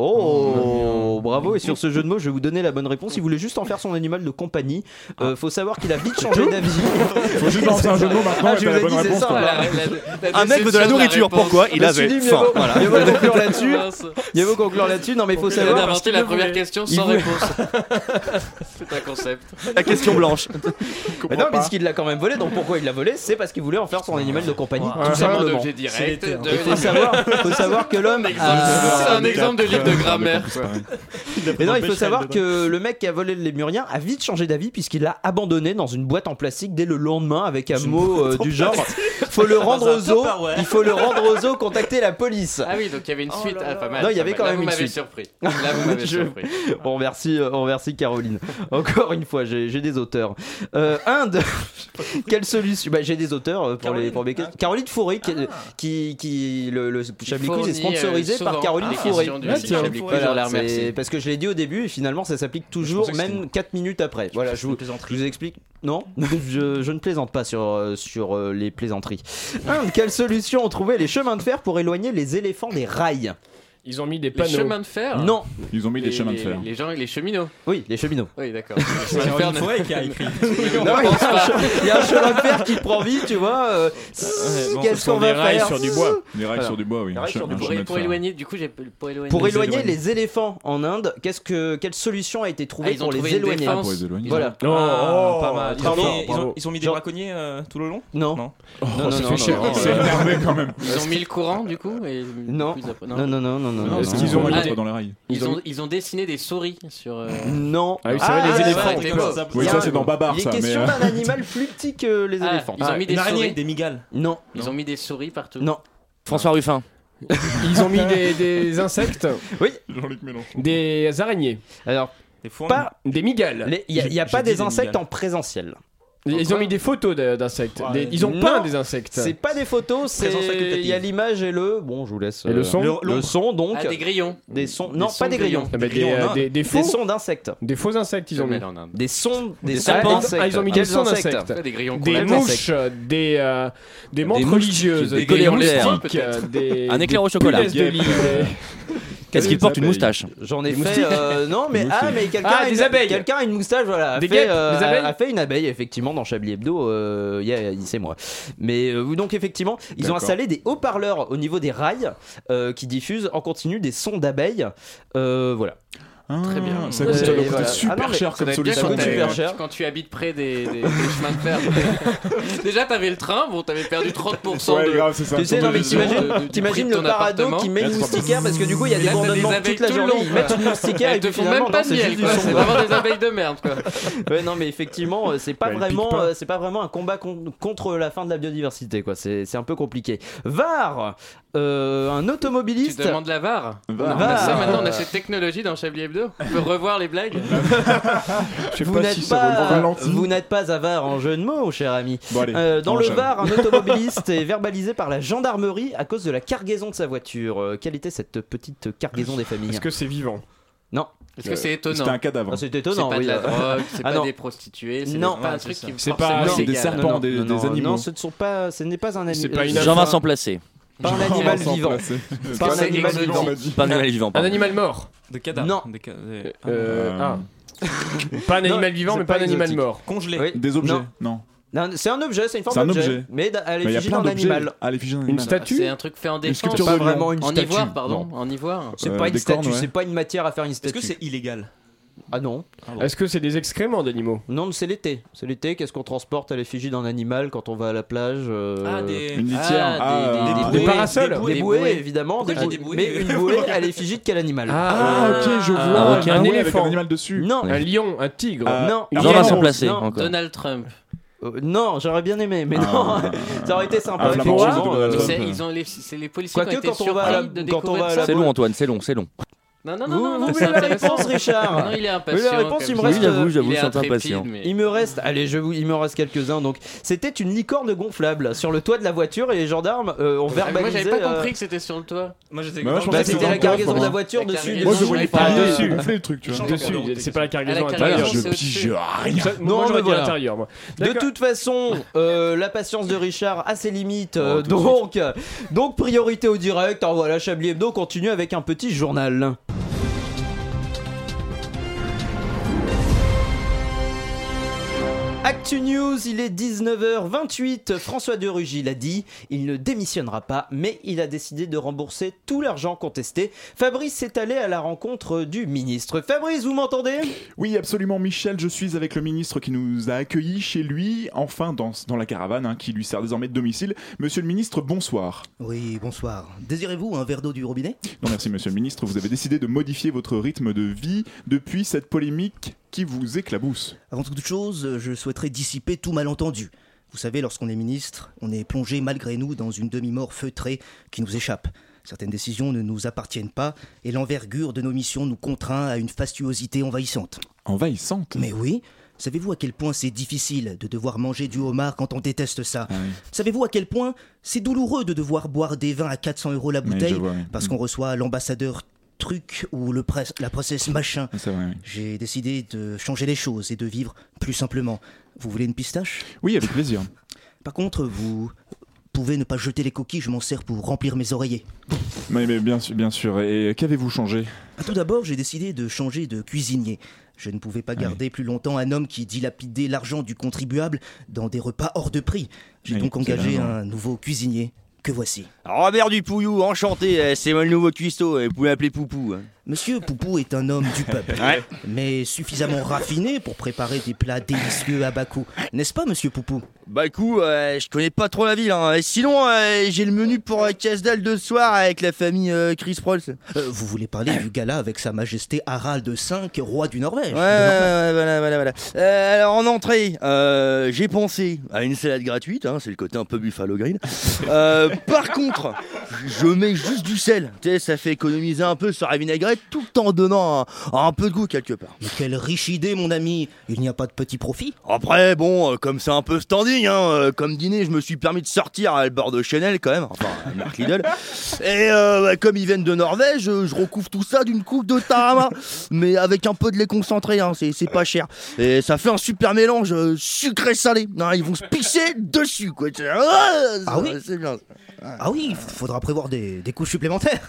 Speaker 12: Oh, bravo. Et sur ce jeu de mots, je vais vous donner la bonne réponse. Il voulait juste en faire son animal de compagnie. Euh, faut savoir qu'il a vite changé d'avis.
Speaker 4: Ah. Faut juste lancer un jeu de mots maintenant
Speaker 12: Ah,
Speaker 4: et
Speaker 12: je
Speaker 4: t'as
Speaker 12: vous
Speaker 4: la
Speaker 12: ai
Speaker 4: bonne
Speaker 12: dit, c'est
Speaker 4: réponse,
Speaker 12: ça.
Speaker 4: quoi.
Speaker 12: voilà.
Speaker 4: La- la- la déception de la réponse.
Speaker 12: Je me suis dit, mieux vaut- Mieux vaut conclure là-dessus.
Speaker 14: Mince.
Speaker 12: Mieux vaut conclure là-dessus. Non, mais il faut
Speaker 14: Il a
Speaker 12: savoir.
Speaker 14: inventé la première question
Speaker 12: Il
Speaker 14: sans
Speaker 12: voulait-
Speaker 14: réponse. C'est un concept.
Speaker 12: Mais non, puisqu'il l'a quand même volé, donc pourquoi il l'a volé C'est parce qu'il voulait en faire son animal de compagnie, tout
Speaker 14: Un
Speaker 12: simplement. hein.
Speaker 14: objet direct.
Speaker 12: Il
Speaker 14: de-
Speaker 12: faut savoir, faut savoir que l'homme. euh,
Speaker 14: C'est un exemple de livre de grammaire.
Speaker 12: Mais non, il faut savoir que le mec qui a volé le lémurien a vite changé d'avis puisqu'il l'a abandonné dans une boîte en plastique dès le lendemain avec un mot euh, du genre faut le
Speaker 14: Dans
Speaker 12: rendre
Speaker 14: un
Speaker 12: aux eaux,
Speaker 14: Tupperware.
Speaker 12: il faut le rendre aux eaux, contacter la police.
Speaker 14: Ah oui, donc il y avait une suite. Ah, pas mal.
Speaker 12: Oh Non, il y
Speaker 14: pas
Speaker 12: avait
Speaker 14: mal.
Speaker 12: quand
Speaker 14: Là,
Speaker 12: même
Speaker 14: vous
Speaker 12: une
Speaker 14: m'avez
Speaker 12: suite.
Speaker 14: surpris. Là, vous m'avez
Speaker 12: Je-
Speaker 14: surpris.
Speaker 12: On remercie, euh, on remercie Caroline. Encore une fois, j'ai j'ai des auteurs. Euh, Inde, quelle solution bah, J'ai des auteurs euh, pour les pour mes
Speaker 14: hein.
Speaker 12: questions. Caroline Fourré, qui, qui, qui- le, le
Speaker 14: Ah.
Speaker 12: Chablis Quiz
Speaker 14: fournit,
Speaker 12: est sponsorisé
Speaker 14: euh, souvent
Speaker 12: par Caroline
Speaker 14: les
Speaker 12: Fourré.
Speaker 14: questions du Ah, tiens. Chablis Quiz,
Speaker 12: Voilà,
Speaker 14: on la
Speaker 12: c'est-
Speaker 14: remercie.
Speaker 12: Parce que je l'ai dit au début et finalement ça s'applique toujours, même 4 minutes après. Voilà, je vous, je vous explique. Non, je, je ne plaisante pas sur, euh, sur euh, les plaisanteries. Inde, quelle solution ont trouvé les chemins de fer pour éloigner les éléphants des rails
Speaker 4: Ils ont mis des
Speaker 14: Les
Speaker 4: panneaux.
Speaker 14: chemins de fer
Speaker 12: Non.
Speaker 13: Ils ont mis
Speaker 14: Les- les- Les gens, les cheminots.
Speaker 12: Oui, les cheminots.
Speaker 14: Oui, d'accord. Les chemins de fer ne-
Speaker 12: Non,
Speaker 14: On
Speaker 12: il y a
Speaker 14: pense
Speaker 12: un
Speaker 14: pas.
Speaker 12: che- il y a un chemin de fer qui prend vie, tu vois. euh,
Speaker 13: bon,
Speaker 12: Qu'est-ce
Speaker 13: ce sont
Speaker 12: qu'on
Speaker 13: des
Speaker 12: va
Speaker 13: rails
Speaker 12: faire
Speaker 13: sur du bois. Des rails
Speaker 12: Voilà.
Speaker 13: sur du bois, oui.
Speaker 12: Des rails sur du
Speaker 13: Un
Speaker 12: bois.
Speaker 13: chemin de
Speaker 14: Pour
Speaker 13: fer.
Speaker 14: éloigner, du coup, j'ai pour éloigner.
Speaker 12: Pour éloigner les éléphants en Inde, qu'est-ce que quelle solution a été trouvée
Speaker 14: Ah, ils ont
Speaker 12: pour les
Speaker 14: trouvé une
Speaker 12: éloigner
Speaker 14: défense. Ah, pour les éloigner.
Speaker 12: Voilà.
Speaker 14: Ils ont-
Speaker 15: Ah,
Speaker 12: pas mal.
Speaker 15: Ils ont,
Speaker 12: Pardon.
Speaker 15: mis- ils ont-
Speaker 12: Bravo.
Speaker 15: ils ont mis des
Speaker 12: Genre-
Speaker 15: braconniers euh, tout le long
Speaker 12: Non.
Speaker 15: Non.
Speaker 4: Oh,
Speaker 12: non, non, non, non, non,
Speaker 13: C'est
Speaker 12: non.
Speaker 13: énervé quand même.
Speaker 14: Ils ont mis le courant, du coup. et-
Speaker 12: Non.
Speaker 14: du coup, ils ont-
Speaker 12: Non, non, non, non, non.
Speaker 13: Est-ce
Speaker 12: non,
Speaker 13: qu'ils
Speaker 12: non.
Speaker 13: ont mis
Speaker 14: Ah,
Speaker 13: les doigts dans les rails
Speaker 14: Ils ont, ils ont dessiné des souris sur. euh,
Speaker 12: Non.
Speaker 13: Ah oui, c'est vrai, les
Speaker 12: ouais,
Speaker 13: éléphants.
Speaker 12: ouais,
Speaker 14: C'était beau.
Speaker 12: ouais.
Speaker 13: Oui,
Speaker 12: Il y a
Speaker 13: ça,
Speaker 12: un-
Speaker 13: c'est dans Babar,
Speaker 12: Il est
Speaker 13: ça, mais,
Speaker 12: question
Speaker 13: euh,
Speaker 12: d'un animal plus petit que les
Speaker 14: Ah,
Speaker 12: éléphants.
Speaker 14: ils ont mis des
Speaker 15: Une araignée
Speaker 14: souris.
Speaker 15: avec des migales.
Speaker 12: Non.
Speaker 14: Ils ont mis des souris partout.
Speaker 12: Non.
Speaker 3: François Ruffin.
Speaker 4: Ils ont mis des, des insectes,
Speaker 12: Oui.
Speaker 13: Jean-Luc Mélenchon.
Speaker 4: des araignées,
Speaker 12: Alors,
Speaker 15: Des fourmis.
Speaker 12: pas.
Speaker 4: des migales.
Speaker 12: les- Il n'y a,
Speaker 4: J'ai- j'ai
Speaker 12: pas
Speaker 4: dit
Speaker 12: des insectes
Speaker 4: migales.
Speaker 12: en présentiel.
Speaker 4: Ils ont mis des photos de- d'insectes. Des- Ils ont
Speaker 12: Non.
Speaker 4: peint des insectes.
Speaker 12: C'est pas des photos, c'est
Speaker 15: Présence facultative.
Speaker 12: il y a l'image et le bon, je vous laisse. euh,
Speaker 4: Et le son
Speaker 12: le, le son donc
Speaker 14: Ah, des grillons.
Speaker 12: Des sons non
Speaker 14: sons
Speaker 12: pas des grillons,
Speaker 4: Ah bah, des,
Speaker 12: grillons,
Speaker 4: euh,
Speaker 12: non.
Speaker 4: des- des faux.
Speaker 12: sons d'insectes,
Speaker 4: Des faux insectes, ils ont mis.
Speaker 14: Mais non, non, non.
Speaker 12: des sons des,
Speaker 4: Des
Speaker 12: sons
Speaker 4: serpents.
Speaker 12: d'insectes.
Speaker 4: Ah, ils ont mis des
Speaker 12: Quels
Speaker 4: sons d'insectes.
Speaker 14: Des grillons qu'on
Speaker 4: Des
Speaker 14: appelle.
Speaker 4: mouches, des, euh, des montres
Speaker 3: moustiques,
Speaker 4: religieuses,
Speaker 3: des
Speaker 4: des,
Speaker 3: colliers en l'air.
Speaker 4: moustiques, euh, des,
Speaker 3: Un
Speaker 4: des
Speaker 3: éclair au chocolat.
Speaker 4: punaises de lit, des-
Speaker 3: Est-ce qu'il porte une moustache
Speaker 12: J'en ai
Speaker 4: Des
Speaker 12: fait euh, non mais ah mais quelqu'un
Speaker 4: Ah,
Speaker 12: a
Speaker 4: des
Speaker 12: une-
Speaker 4: abeilles.
Speaker 12: quelqu'un a une moustache voilà a
Speaker 4: Des
Speaker 12: fait,
Speaker 4: guêpes,
Speaker 12: euh,
Speaker 4: des
Speaker 12: a-
Speaker 4: abeilles.
Speaker 12: a fait une abeille effectivement dans Chablis Hebdo euh, il y a- il- c'est moi mais euh, donc effectivement ils ont
Speaker 13: D'accord.
Speaker 12: installé des haut-parleurs au niveau des rails euh, qui diffusent en continu des sons d'abeilles euh, voilà
Speaker 13: Très
Speaker 14: bien.
Speaker 13: Ça
Speaker 12: Ouais,
Speaker 13: coûte ça doit
Speaker 12: et
Speaker 13: coûter
Speaker 12: voilà. Ah non,
Speaker 13: super
Speaker 12: mais
Speaker 13: cher
Speaker 14: Ça
Speaker 13: comme
Speaker 14: doit être bien
Speaker 13: solution.
Speaker 14: quand
Speaker 12: coûte
Speaker 14: t'as-
Speaker 12: super
Speaker 14: quand-
Speaker 12: cher.
Speaker 14: Quand tu habites près des, des- des chemins de fer. Déjà, t'avais le train, bon, t'avais perdu 30%
Speaker 13: Ouais,
Speaker 14: de.
Speaker 13: grave, c'est ça.
Speaker 12: Tu sais,
Speaker 14: de-
Speaker 12: non, mais
Speaker 14: de- de- de-
Speaker 12: t'imagines,
Speaker 14: du
Speaker 12: t'imagines
Speaker 14: prix de
Speaker 12: le
Speaker 14: ton
Speaker 12: parado qui
Speaker 14: appartement.
Speaker 12: met une moustiquaire parce que du coup, il y a
Speaker 14: Et
Speaker 12: des
Speaker 14: là, t'as
Speaker 12: bourdonnements
Speaker 14: abeilles
Speaker 12: toute la
Speaker 14: tout le
Speaker 12: journée.
Speaker 14: long,
Speaker 12: Ils
Speaker 14: quoi.
Speaker 12: mettent une moustiquaire et
Speaker 14: Elles te
Speaker 12: puis
Speaker 14: font même
Speaker 12: finalement,
Speaker 14: pas
Speaker 12: non,
Speaker 14: de
Speaker 12: c'est juste
Speaker 14: miel,
Speaker 12: du
Speaker 14: quoi.
Speaker 12: son.
Speaker 14: C'est vraiment des abeilles de merde, quoi.
Speaker 12: Ouais, non, mais effectivement, euh, c'est
Speaker 13: Bah,
Speaker 12: pas
Speaker 13: elle pique
Speaker 12: vraiment,
Speaker 13: pas.
Speaker 12: euh, c'est pas vraiment un combat con- contre la fin de la biodiversité, quoi. C'est c'est un peu compliqué. VAR, euh, un
Speaker 14: Tu
Speaker 12: automobiliste.
Speaker 14: demandes la VAR.
Speaker 13: Var.
Speaker 14: On a
Speaker 12: Var.
Speaker 14: ça maintenant, on a cette technologie dans Chablis Hebdo. On peut revoir les blagues.
Speaker 13: Je sais
Speaker 12: Vous
Speaker 13: pas si
Speaker 12: n'êtes
Speaker 13: ça vaut le
Speaker 12: pas,
Speaker 13: ralenti.
Speaker 12: vous n'êtes pas avare en jeu de mots, cher ami.
Speaker 13: Bon, allez.
Speaker 12: Euh, dans
Speaker 13: Non,
Speaker 12: le
Speaker 13: j'avoue.
Speaker 12: Var, un automobiliste est verbalisé par la gendarmerie à cause de la cargaison de sa voiture. Euh, quelle était cette petite cargaison des familles
Speaker 4: Est-ce que c'est vivant
Speaker 12: Non,
Speaker 14: Est-ce que c'est étonnant
Speaker 13: Euh, C'était un cadavre.
Speaker 12: Ah, c'est
Speaker 14: C'est
Speaker 12: étonnant.
Speaker 14: pas
Speaker 12: oui,
Speaker 14: de la
Speaker 12: euh.
Speaker 14: drogue, c'est
Speaker 12: Ah
Speaker 14: pas
Speaker 12: non.
Speaker 14: des prostituées, c'est
Speaker 12: Non.
Speaker 14: pas un
Speaker 12: Ouais,
Speaker 14: truc
Speaker 12: c'est
Speaker 14: qui
Speaker 4: C'est pas-
Speaker 14: forcément
Speaker 4: non,
Speaker 14: est
Speaker 13: Ah, c'est des
Speaker 14: légal.
Speaker 13: serpents.
Speaker 12: Non, non,
Speaker 13: des-
Speaker 12: non,
Speaker 13: des
Speaker 12: non,
Speaker 13: animaux.
Speaker 12: Non, ce ne sont pas, ce n'est pas un
Speaker 4: C'est
Speaker 12: animal.
Speaker 4: pas une
Speaker 12: euh,
Speaker 3: Jean-Vincent Placé.
Speaker 12: Pas un animal
Speaker 14: Jean-Vincent
Speaker 12: vivant. Pas un
Speaker 14: C'est
Speaker 12: animal
Speaker 14: exotique.
Speaker 12: vivant.
Speaker 3: Pas un animal vivant.
Speaker 4: Un
Speaker 3: pardon.
Speaker 4: animal mort
Speaker 15: De cadavres.
Speaker 12: Non.
Speaker 15: Des ca- des-
Speaker 4: Euh,
Speaker 13: Euh,
Speaker 4: ah. Pas un
Speaker 12: Non,
Speaker 4: animal vivant,
Speaker 12: c'est
Speaker 4: mais pas
Speaker 12: pas
Speaker 4: un animal
Speaker 12: exotique.
Speaker 4: mort.
Speaker 15: Congelés.
Speaker 12: Oui.
Speaker 13: Des objets
Speaker 12: Non.
Speaker 13: Non.
Speaker 12: Non, C'est un objet, c'est une forme
Speaker 13: C'est un
Speaker 12: d'objet.
Speaker 13: objet.
Speaker 12: Mais d- à
Speaker 13: Mais il y a
Speaker 12: l'effigie
Speaker 13: plein
Speaker 12: d'un
Speaker 13: d'objets
Speaker 12: animal.
Speaker 13: à l'effigie d'un Une animal. statue
Speaker 14: C'est un truc fait en
Speaker 13: Une
Speaker 14: décembre.
Speaker 13: sculpture de lion.
Speaker 14: En ivoire, pardon. En ivoire.
Speaker 12: C'est
Speaker 4: Euh,
Speaker 12: pas une
Speaker 4: des cornes,
Speaker 12: statue,
Speaker 4: ouais.
Speaker 12: c'est pas une matière à faire une
Speaker 4: Est-ce
Speaker 12: statue.
Speaker 4: que c'est
Speaker 12: illégal Ah non.
Speaker 4: Est-ce que c'est des excréments d'animaux
Speaker 12: Non, mais c'est l'été. C'est l'été, qu'est-ce qu'on transporte à l'effigie d'un animal quand on va à la plage euh,
Speaker 4: Ah, des- Une litière. Ah, des- des- des bouées. Des
Speaker 12: Des
Speaker 4: bouées,
Speaker 12: bouées,
Speaker 4: des bouées.
Speaker 12: évidemment.
Speaker 4: Pourquoi
Speaker 12: bou-
Speaker 4: j'ai des bouées
Speaker 12: mais une bouée à l'effigie de quel animal
Speaker 4: Ah, Ah, ok, je vois. un requin. Un bouée avec un animal Ah.
Speaker 13: dessus.
Speaker 12: Non.
Speaker 4: Un lion, un tigre.
Speaker 12: non,
Speaker 4: Une
Speaker 12: Non,
Speaker 4: réponse,
Speaker 12: Vincent Placé,
Speaker 4: non.
Speaker 12: encore.
Speaker 14: Donald Trump.
Speaker 12: Euh, non, j'aurais bien aimé, mais
Speaker 4: Ah.
Speaker 12: non, ça aurait été sympa.
Speaker 3: Ah, la manche de
Speaker 12: effectivement,
Speaker 3: Donald
Speaker 12: euh,
Speaker 3: Trump.
Speaker 14: C'est- Ils ont les, c'est les policiers qui
Speaker 12: Quoique
Speaker 14: ont été
Speaker 12: quand on va à
Speaker 14: surpris
Speaker 12: la-
Speaker 14: de
Speaker 12: quand on va
Speaker 14: découvrir
Speaker 12: à
Speaker 14: ça.
Speaker 12: la
Speaker 3: C'est long, Antoine, c'est long, c'est long.
Speaker 14: Non, non,
Speaker 12: Vous-
Speaker 14: non, non,
Speaker 12: vous
Speaker 14: c'est
Speaker 12: voulez la
Speaker 14: intéressant.
Speaker 12: réponse, Richard
Speaker 14: Non, il est impatient.
Speaker 12: Vous voulez la réponse, il me reste. euh,
Speaker 3: Oui, j'avoue, j'avoue,
Speaker 12: il est
Speaker 3: je suis un peu
Speaker 12: intrépide,
Speaker 3: impatient.
Speaker 12: mais- Il me reste, allez, je vous, il me reste quelques-uns. Donc, c'était une licorne gonflable sur le toit de la voiture et les gendarmes euh, ont
Speaker 14: Ah, mais Moi,
Speaker 12: verbalisé.
Speaker 14: j'avais pas
Speaker 12: euh,
Speaker 14: compris que c'était sur le toit. Moi, j'étais.
Speaker 12: Bah, moi, je pensais que c'était la cargaison de la voiture dessus.
Speaker 4: Ah, dessus.
Speaker 13: gonfler le truc, tu vois.
Speaker 4: Dessus, c'est pas la cargaison
Speaker 13: Ah, la
Speaker 4: intérieure.
Speaker 13: cargaison, Je c'est pige au-dessus. rien.
Speaker 4: Ça,
Speaker 12: Non,
Speaker 4: moi,
Speaker 12: mais
Speaker 4: j'aurais dit
Speaker 12: voilà.
Speaker 4: l'intérieur, moi.
Speaker 12: De toute façon, euh, la patience de Richard a ses limites. euh, donc, euh, donc priorité au direct. Alors voilà, Chablis Hebdo continue avec un petit journal. Actu News, il est 19h28. François de Rugy l'a dit, il ne démissionnera pas, mais il a décidé de rembourser tout l'argent contesté. Fabrice s'est allé à la rencontre du ministre. Fabrice, vous m'entendez
Speaker 13: Oui, absolument, Michel. Je suis avec le ministre qui nous a accueillis chez lui, enfin dans, dans la caravane hein, qui lui sert désormais de domicile. Monsieur le ministre, bonsoir.
Speaker 1: Oui, bonsoir. Désirez-vous un verre d'eau du robinet
Speaker 13: Non, merci, monsieur le ministre. Vous avez décidé de modifier votre rythme de vie depuis cette polémique qui vous éclabousse.
Speaker 1: Avant toute chose, euh, je souhaiterais dissiper tout malentendu. Vous savez, lorsqu'on est ministre, on est plongé malgré nous dans une demi-mort feutrée qui nous échappe. Certaines décisions ne nous appartiennent pas et l'envergure de nos missions nous contraint à une fastuosité envahissante.
Speaker 13: Envahissante
Speaker 1: Mais oui. Savez-vous à quel point c'est difficile de devoir manger du homard quand on déteste ça
Speaker 13: Ah
Speaker 1: Savez-vous à quel point c'est douloureux de devoir boire des vins à 400 euros la
Speaker 13: Oui, je
Speaker 1: bouteille
Speaker 13: vois, oui.
Speaker 1: parce qu'on reçoit l'ambassadeur truc ou le pres- la princesse machin J'ai décidé de changer les choses et de vivre plus simplement. Vous voulez une pistache
Speaker 13: Oui, avec plaisir.
Speaker 1: Par contre, vous pouvez ne pas jeter les coquilles, je m'en sers pour remplir mes oreillers.
Speaker 13: Mais, mais bien sûr, bien sûr. Et qu'avez-vous changé
Speaker 1: Ah, Tout d'abord, j'ai décidé de changer de cuisinier. Je ne pouvais pas
Speaker 13: Ah
Speaker 1: garder plus longtemps un homme qui dilapidait l'argent du contribuable dans des repas hors de prix. J'ai
Speaker 3: Oui,
Speaker 1: donc
Speaker 3: c'est
Speaker 1: engagé
Speaker 3: raison.
Speaker 13: hein.
Speaker 1: un nouveau cuisinier que voici.
Speaker 3: Robert Dupouillou, enchanté, euh, c'est mon nouveau cuistot, euh, vous pouvez m'appeler Poupou. hein.
Speaker 1: Monsieur Poupou est un homme du peuple,
Speaker 3: Ouais.
Speaker 1: mais suffisamment raffiné pour préparer des plats délicieux à bas coût. N'est-ce pas, monsieur Poupou
Speaker 3: Bah écoute, euh, je connais pas trop la ville, hein. Et sinon euh, j'ai le menu pour euh, Casse-Dalle de ce soir avec la famille euh, Chris Prolls.
Speaker 1: Euh, Vous voulez parler du gala avec sa majesté Harald V, roi du Norvège
Speaker 3: Ouais, ouais, ouais, voilà, voilà, voilà. Euh, alors en entrée, euh, j'ai pensé à une salade gratuite, hein, c'est le côté un peu Buffalo Grill. Euh, par contre, je mets juste du sel, tu sais, ça fait économiser un peu sur la vinaigrette tout en donnant un, un peu de goût quelque part.
Speaker 1: Mais quelle riche idée, mon ami Il n'y a pas de petit profit
Speaker 3: Après, bon, euh, comme c'est un peu standing, hein, euh, comme dîner, je me suis permis de sortir à le bord de Chanel quand même, enfin, à la marque Lidl. Et euh, bah, comme ils viennent de Norvège, euh, je recouvre tout ça d'une coupe de tarama, mais avec un peu de lait concentré, hein, c'est c'est pas cher. Et ça fait un super mélange euh, sucré-salé. Non, Ils vont se pisser dessus, quoi. C'est- Ah,
Speaker 1: Ah oui
Speaker 3: c'est bien.
Speaker 1: Ah oui, il faudra prévoir des, des couches supplémentaires.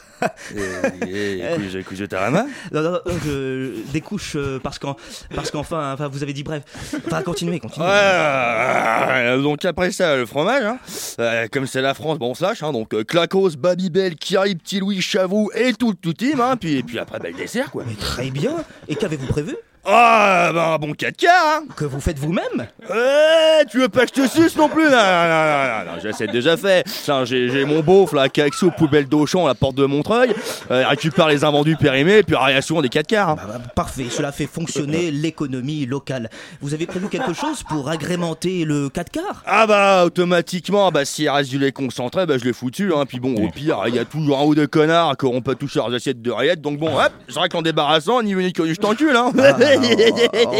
Speaker 3: Et, écoute, je tarama.
Speaker 19: Non, non, non, je- des couches euh, parce qu'en- parce qu'enfin, enfin, vous avez dit bref. Enfin, continuez,
Speaker 3: Ouais,
Speaker 19: continuez.
Speaker 3: euh, donc après ça, le fromage, hein. Euh, comme c'est la France, bon, on se lâche, hein. donc euh, Clacos, Babybel, Kiri, Petit Louis, Chavou et tout, tout team, hein. puis, et puis après, bah, le dessert, quoi.
Speaker 1: Très bien. Et qu'avez-vous prévu
Speaker 3: Ah, bah, un bon 4 k hein.
Speaker 1: Que vous faites vous-même
Speaker 3: Eh, tu veux pas que je te suce non plus Non, non, non, non, non, non, je sais déjà fait. Ça, j'ai, j'ai mon beauf, là, qui est sous poubelle d'Auchan, à la porte de Montreuil, euh, récupère les invendus périmés, et puis ah, réaction des 4 quarts.
Speaker 1: Bah,
Speaker 3: hein.
Speaker 1: Parfait, cela fait fonctionner l'économie locale. Vous avez prévu quelque chose pour agrémenter le 4 quarts
Speaker 3: Ah bah automatiquement, bah s'il reste du lait concentré, bah je l'ai foutu, hein. Puis bon, au pire, il y a toujours un ou deux connards qui auront pas touché leurs assiettes de rillettes, donc bon, hop, c'est vrai qu'en débarrassant, ni vu ni connu, je t'encule, hein.
Speaker 1: Ah, bah,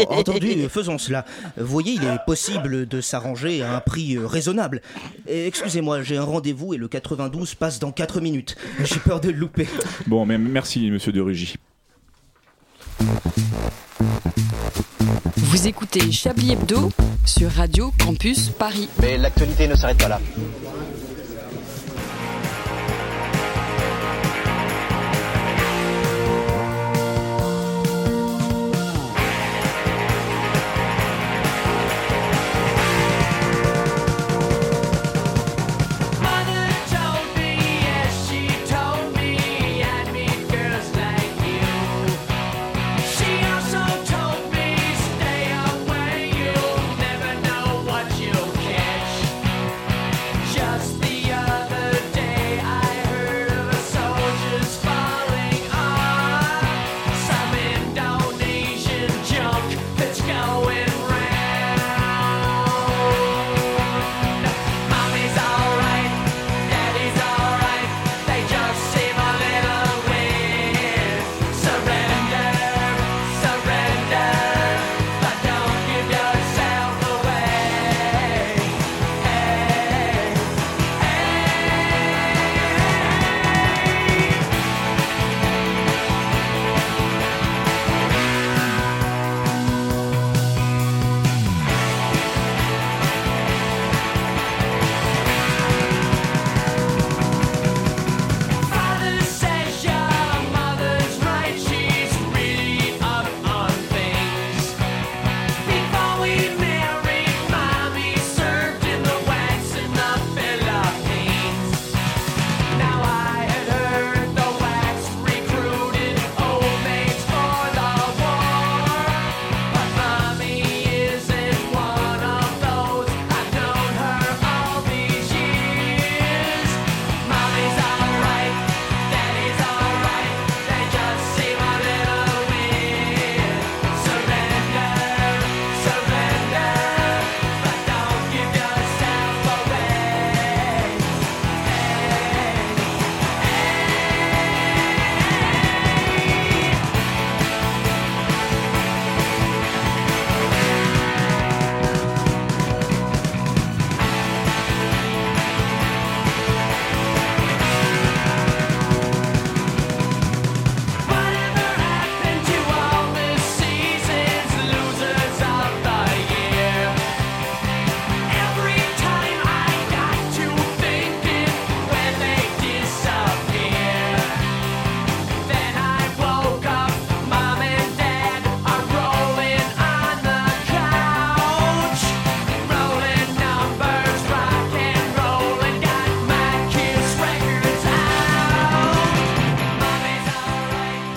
Speaker 1: En- Entendu, faisons cela. Vous voyez, il est possible de s'arranger à un prix euh, raisonnable. Et Excusez-moi, j'ai un rendez-vous et le 92 passe dans 4 minutes. J'ai peur de le louper.
Speaker 13: Bon, mais merci, monsieur de Rugy.
Speaker 9: Vous écoutez Chablis Hebdo sur Radio Campus Paris.
Speaker 6: Mais l'actualité ne s'arrête pas là.
Speaker 17: Thank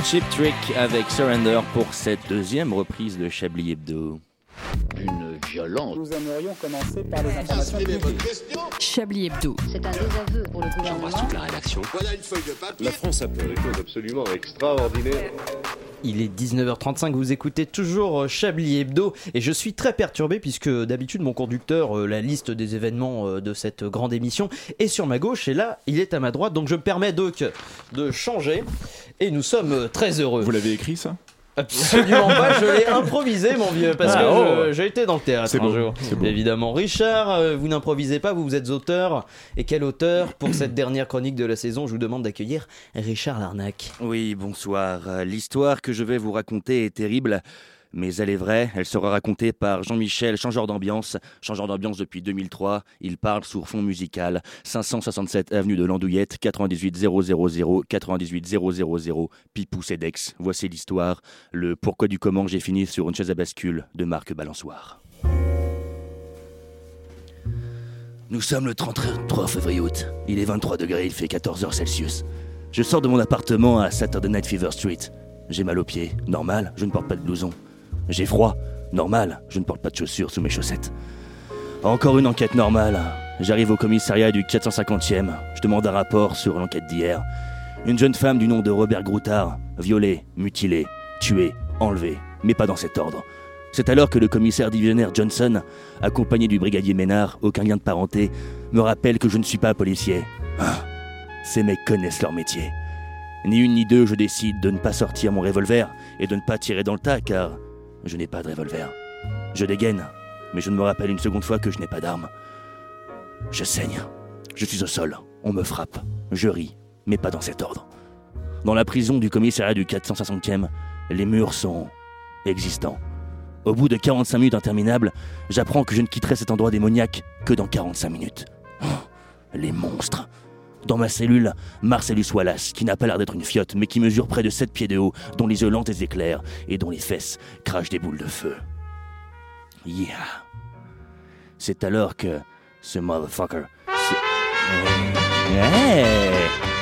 Speaker 3: Cheap Trick avec Surrender pour cette deuxième reprise de Chablis Hebdo. Une violente.
Speaker 8: Nous aimerions commencer par les informations publiques.
Speaker 9: Chablis Hebdo.
Speaker 7: C'est un désaveu pour le gouvernement.
Speaker 10: la rédaction. Voilà une feuille de papier. La France a fait des choses absolument extraordinaires.
Speaker 12: Il est 19h35, vous écoutez toujours euh, Chablis Hebdo et je suis très perturbé puisque d'habitude mon conducteur, euh, la liste des événements euh, de cette grande émission est sur ma gauche et là il est à ma droite donc je me permets donc de changer et nous sommes euh, très heureux.
Speaker 13: Vous l'avez écrit ça
Speaker 12: Absolument pas, je l'ai improvisé mon vieux parce
Speaker 13: Ah,
Speaker 12: que
Speaker 13: oh.
Speaker 12: je- j'ai été dans le théâtre
Speaker 13: C'est
Speaker 12: un
Speaker 13: beau,
Speaker 12: jour.
Speaker 13: c'est beau.
Speaker 12: Évidemment Richard, euh, vous n'improvisez pas, vous, vous êtes auteur et quel auteur pour cette dernière chronique de la saison, je vous demande d'accueillir Richard Larnac.
Speaker 3: Oui, bonsoir. Euh, L'histoire que je vais vous raconter est terrible, mais elle est vraie. Elle sera racontée par Jean-Michel, changeur d'ambiance. Changeur d'ambiance depuis 2003. Il parle sur fond musical. 567 avenue de l'Andouillette, 98 000, 98 000, Pipou Cedex. Voici l'histoire. Le pourquoi du comment j'ai fini sur une chaise à bascule de Marc Balançoire. Nous sommes le 33 février-août. Il est 23 degrés, il fait 14 heures Celsius. Je sors de mon appartement à Saturday Night Fever Street. J'ai mal aux pieds, normal, je ne porte pas de blouson. J'ai froid, normal, je ne porte pas de chaussures sous mes chaussettes. Encore une enquête normale. J'arrive au commissariat du 450e. Je demande un rapport sur l'enquête d'hier. Une jeune femme du nom de Robert Groutard, violée, mutilée, tuée, enlevée, mais pas dans cet ordre. C'est alors que le commissaire divisionnaire Johnson, accompagné du brigadier Ménard, aucun lien de parenté, me rappelle que je ne suis pas policier. Ah, ces mecs connaissent leur métier. Ni une ni deux, je décide de ne pas sortir mon revolver et de ne pas tirer dans le tas car je n'ai pas de revolver. Je dégaine, mais je ne me rappelle une seconde fois que je n'ai pas d'arme. Je saigne. Je suis au sol. On me frappe. Je ris, mais pas dans cet ordre. Dans la prison du commissariat du 460e, les murs sont existants. Au bout de 45 minutes interminables, j'apprends que je ne quitterai cet endroit démoniaque que dans 45 minutes. Oh, les monstres. Dans ma cellule, Marcellus Wallace, qui n'a pas l'air d'être une fiotte, mais qui mesure près de 7 pieds de haut, dont les yeux lents et éclairs, et dont les fesses crachent des boules de feu. Yeah. C'est alors que ce motherfucker. se- Ouais.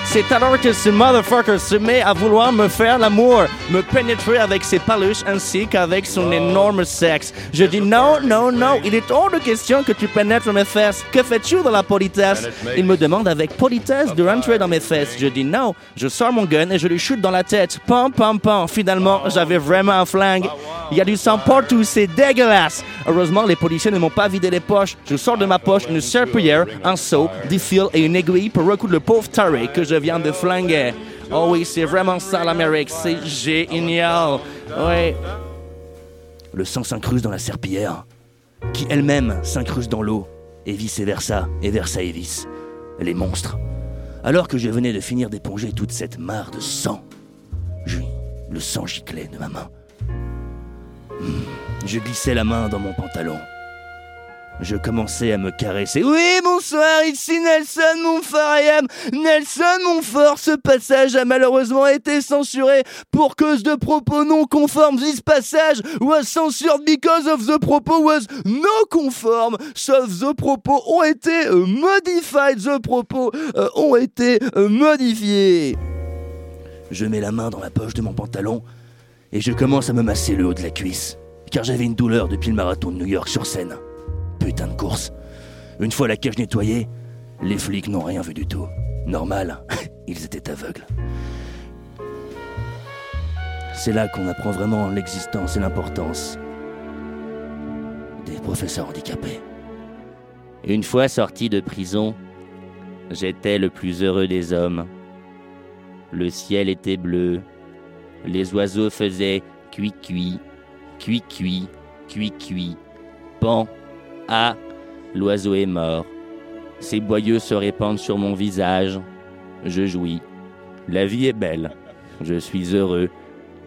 Speaker 3: C'est alors que ce motherfucker se met à vouloir me faire l'amour, me pénétrer avec ses paluches ainsi qu'avec son énorme sexe. Je dis non, non, non, il est hors de question que tu pénètres mes fesses. Que fais-tu de la politesse Il me demande avec politesse de rentrer dans mes fesses. Je dis non, je sors mon gun et je lui shoot dans la tête. Pam, pam, pam. Finalement, j'avais vraiment un flingue. Il y a du sang partout, c'est dégueulasse. Heureusement, les policiers ne m'ont pas vidé les poches. Je sors de ma poche une serpillière, un seau, des fils et une aiguille pour recoudre le pauvre taré que je viens de flinguer. Oh oui, c'est vraiment ça l'Amérique, c'est génial. Oui. Le sang s'incruste dans la serpillière, qui elle-même s'incruste dans l'eau, et vice-versa, et versa et vice. Les monstres. Alors que je venais de finir d'éponger toute cette mare de sang, j'ai- le sang giclait de ma main. Hmm. Je glissais la main dans mon pantalon. Je commençais à me caresser. Oui, bonsoir, ici Nelson Montfariam. Nelson Montfort, ce passage a malheureusement été censuré pour cause de propos non conformes. This passage was censored because of the propos was non conforme. Sauf the propos ont été euh, modified. The propos euh, ont été euh, modifiés. Je mets la main dans la poche de mon pantalon et je commence à me masser le haut de la cuisse, car j'avais une douleur depuis le marathon de New York sur scène. Putain de course. Une fois la cage nettoyée, les flics n'ont rien vu du tout. Normal, ils étaient aveugles. C'est là qu'on apprend vraiment l'existence et l'importance des professeurs handicapés. Une fois sorti de prison, j'étais le plus heureux des hommes. Le ciel était bleu, les oiseaux faisaient cui-cui, cui-cui, cui-cui, pan, ah, l'oiseau est mort. Ses boyeux se répandent sur mon visage. Je jouis. La vie est belle. Je suis heureux.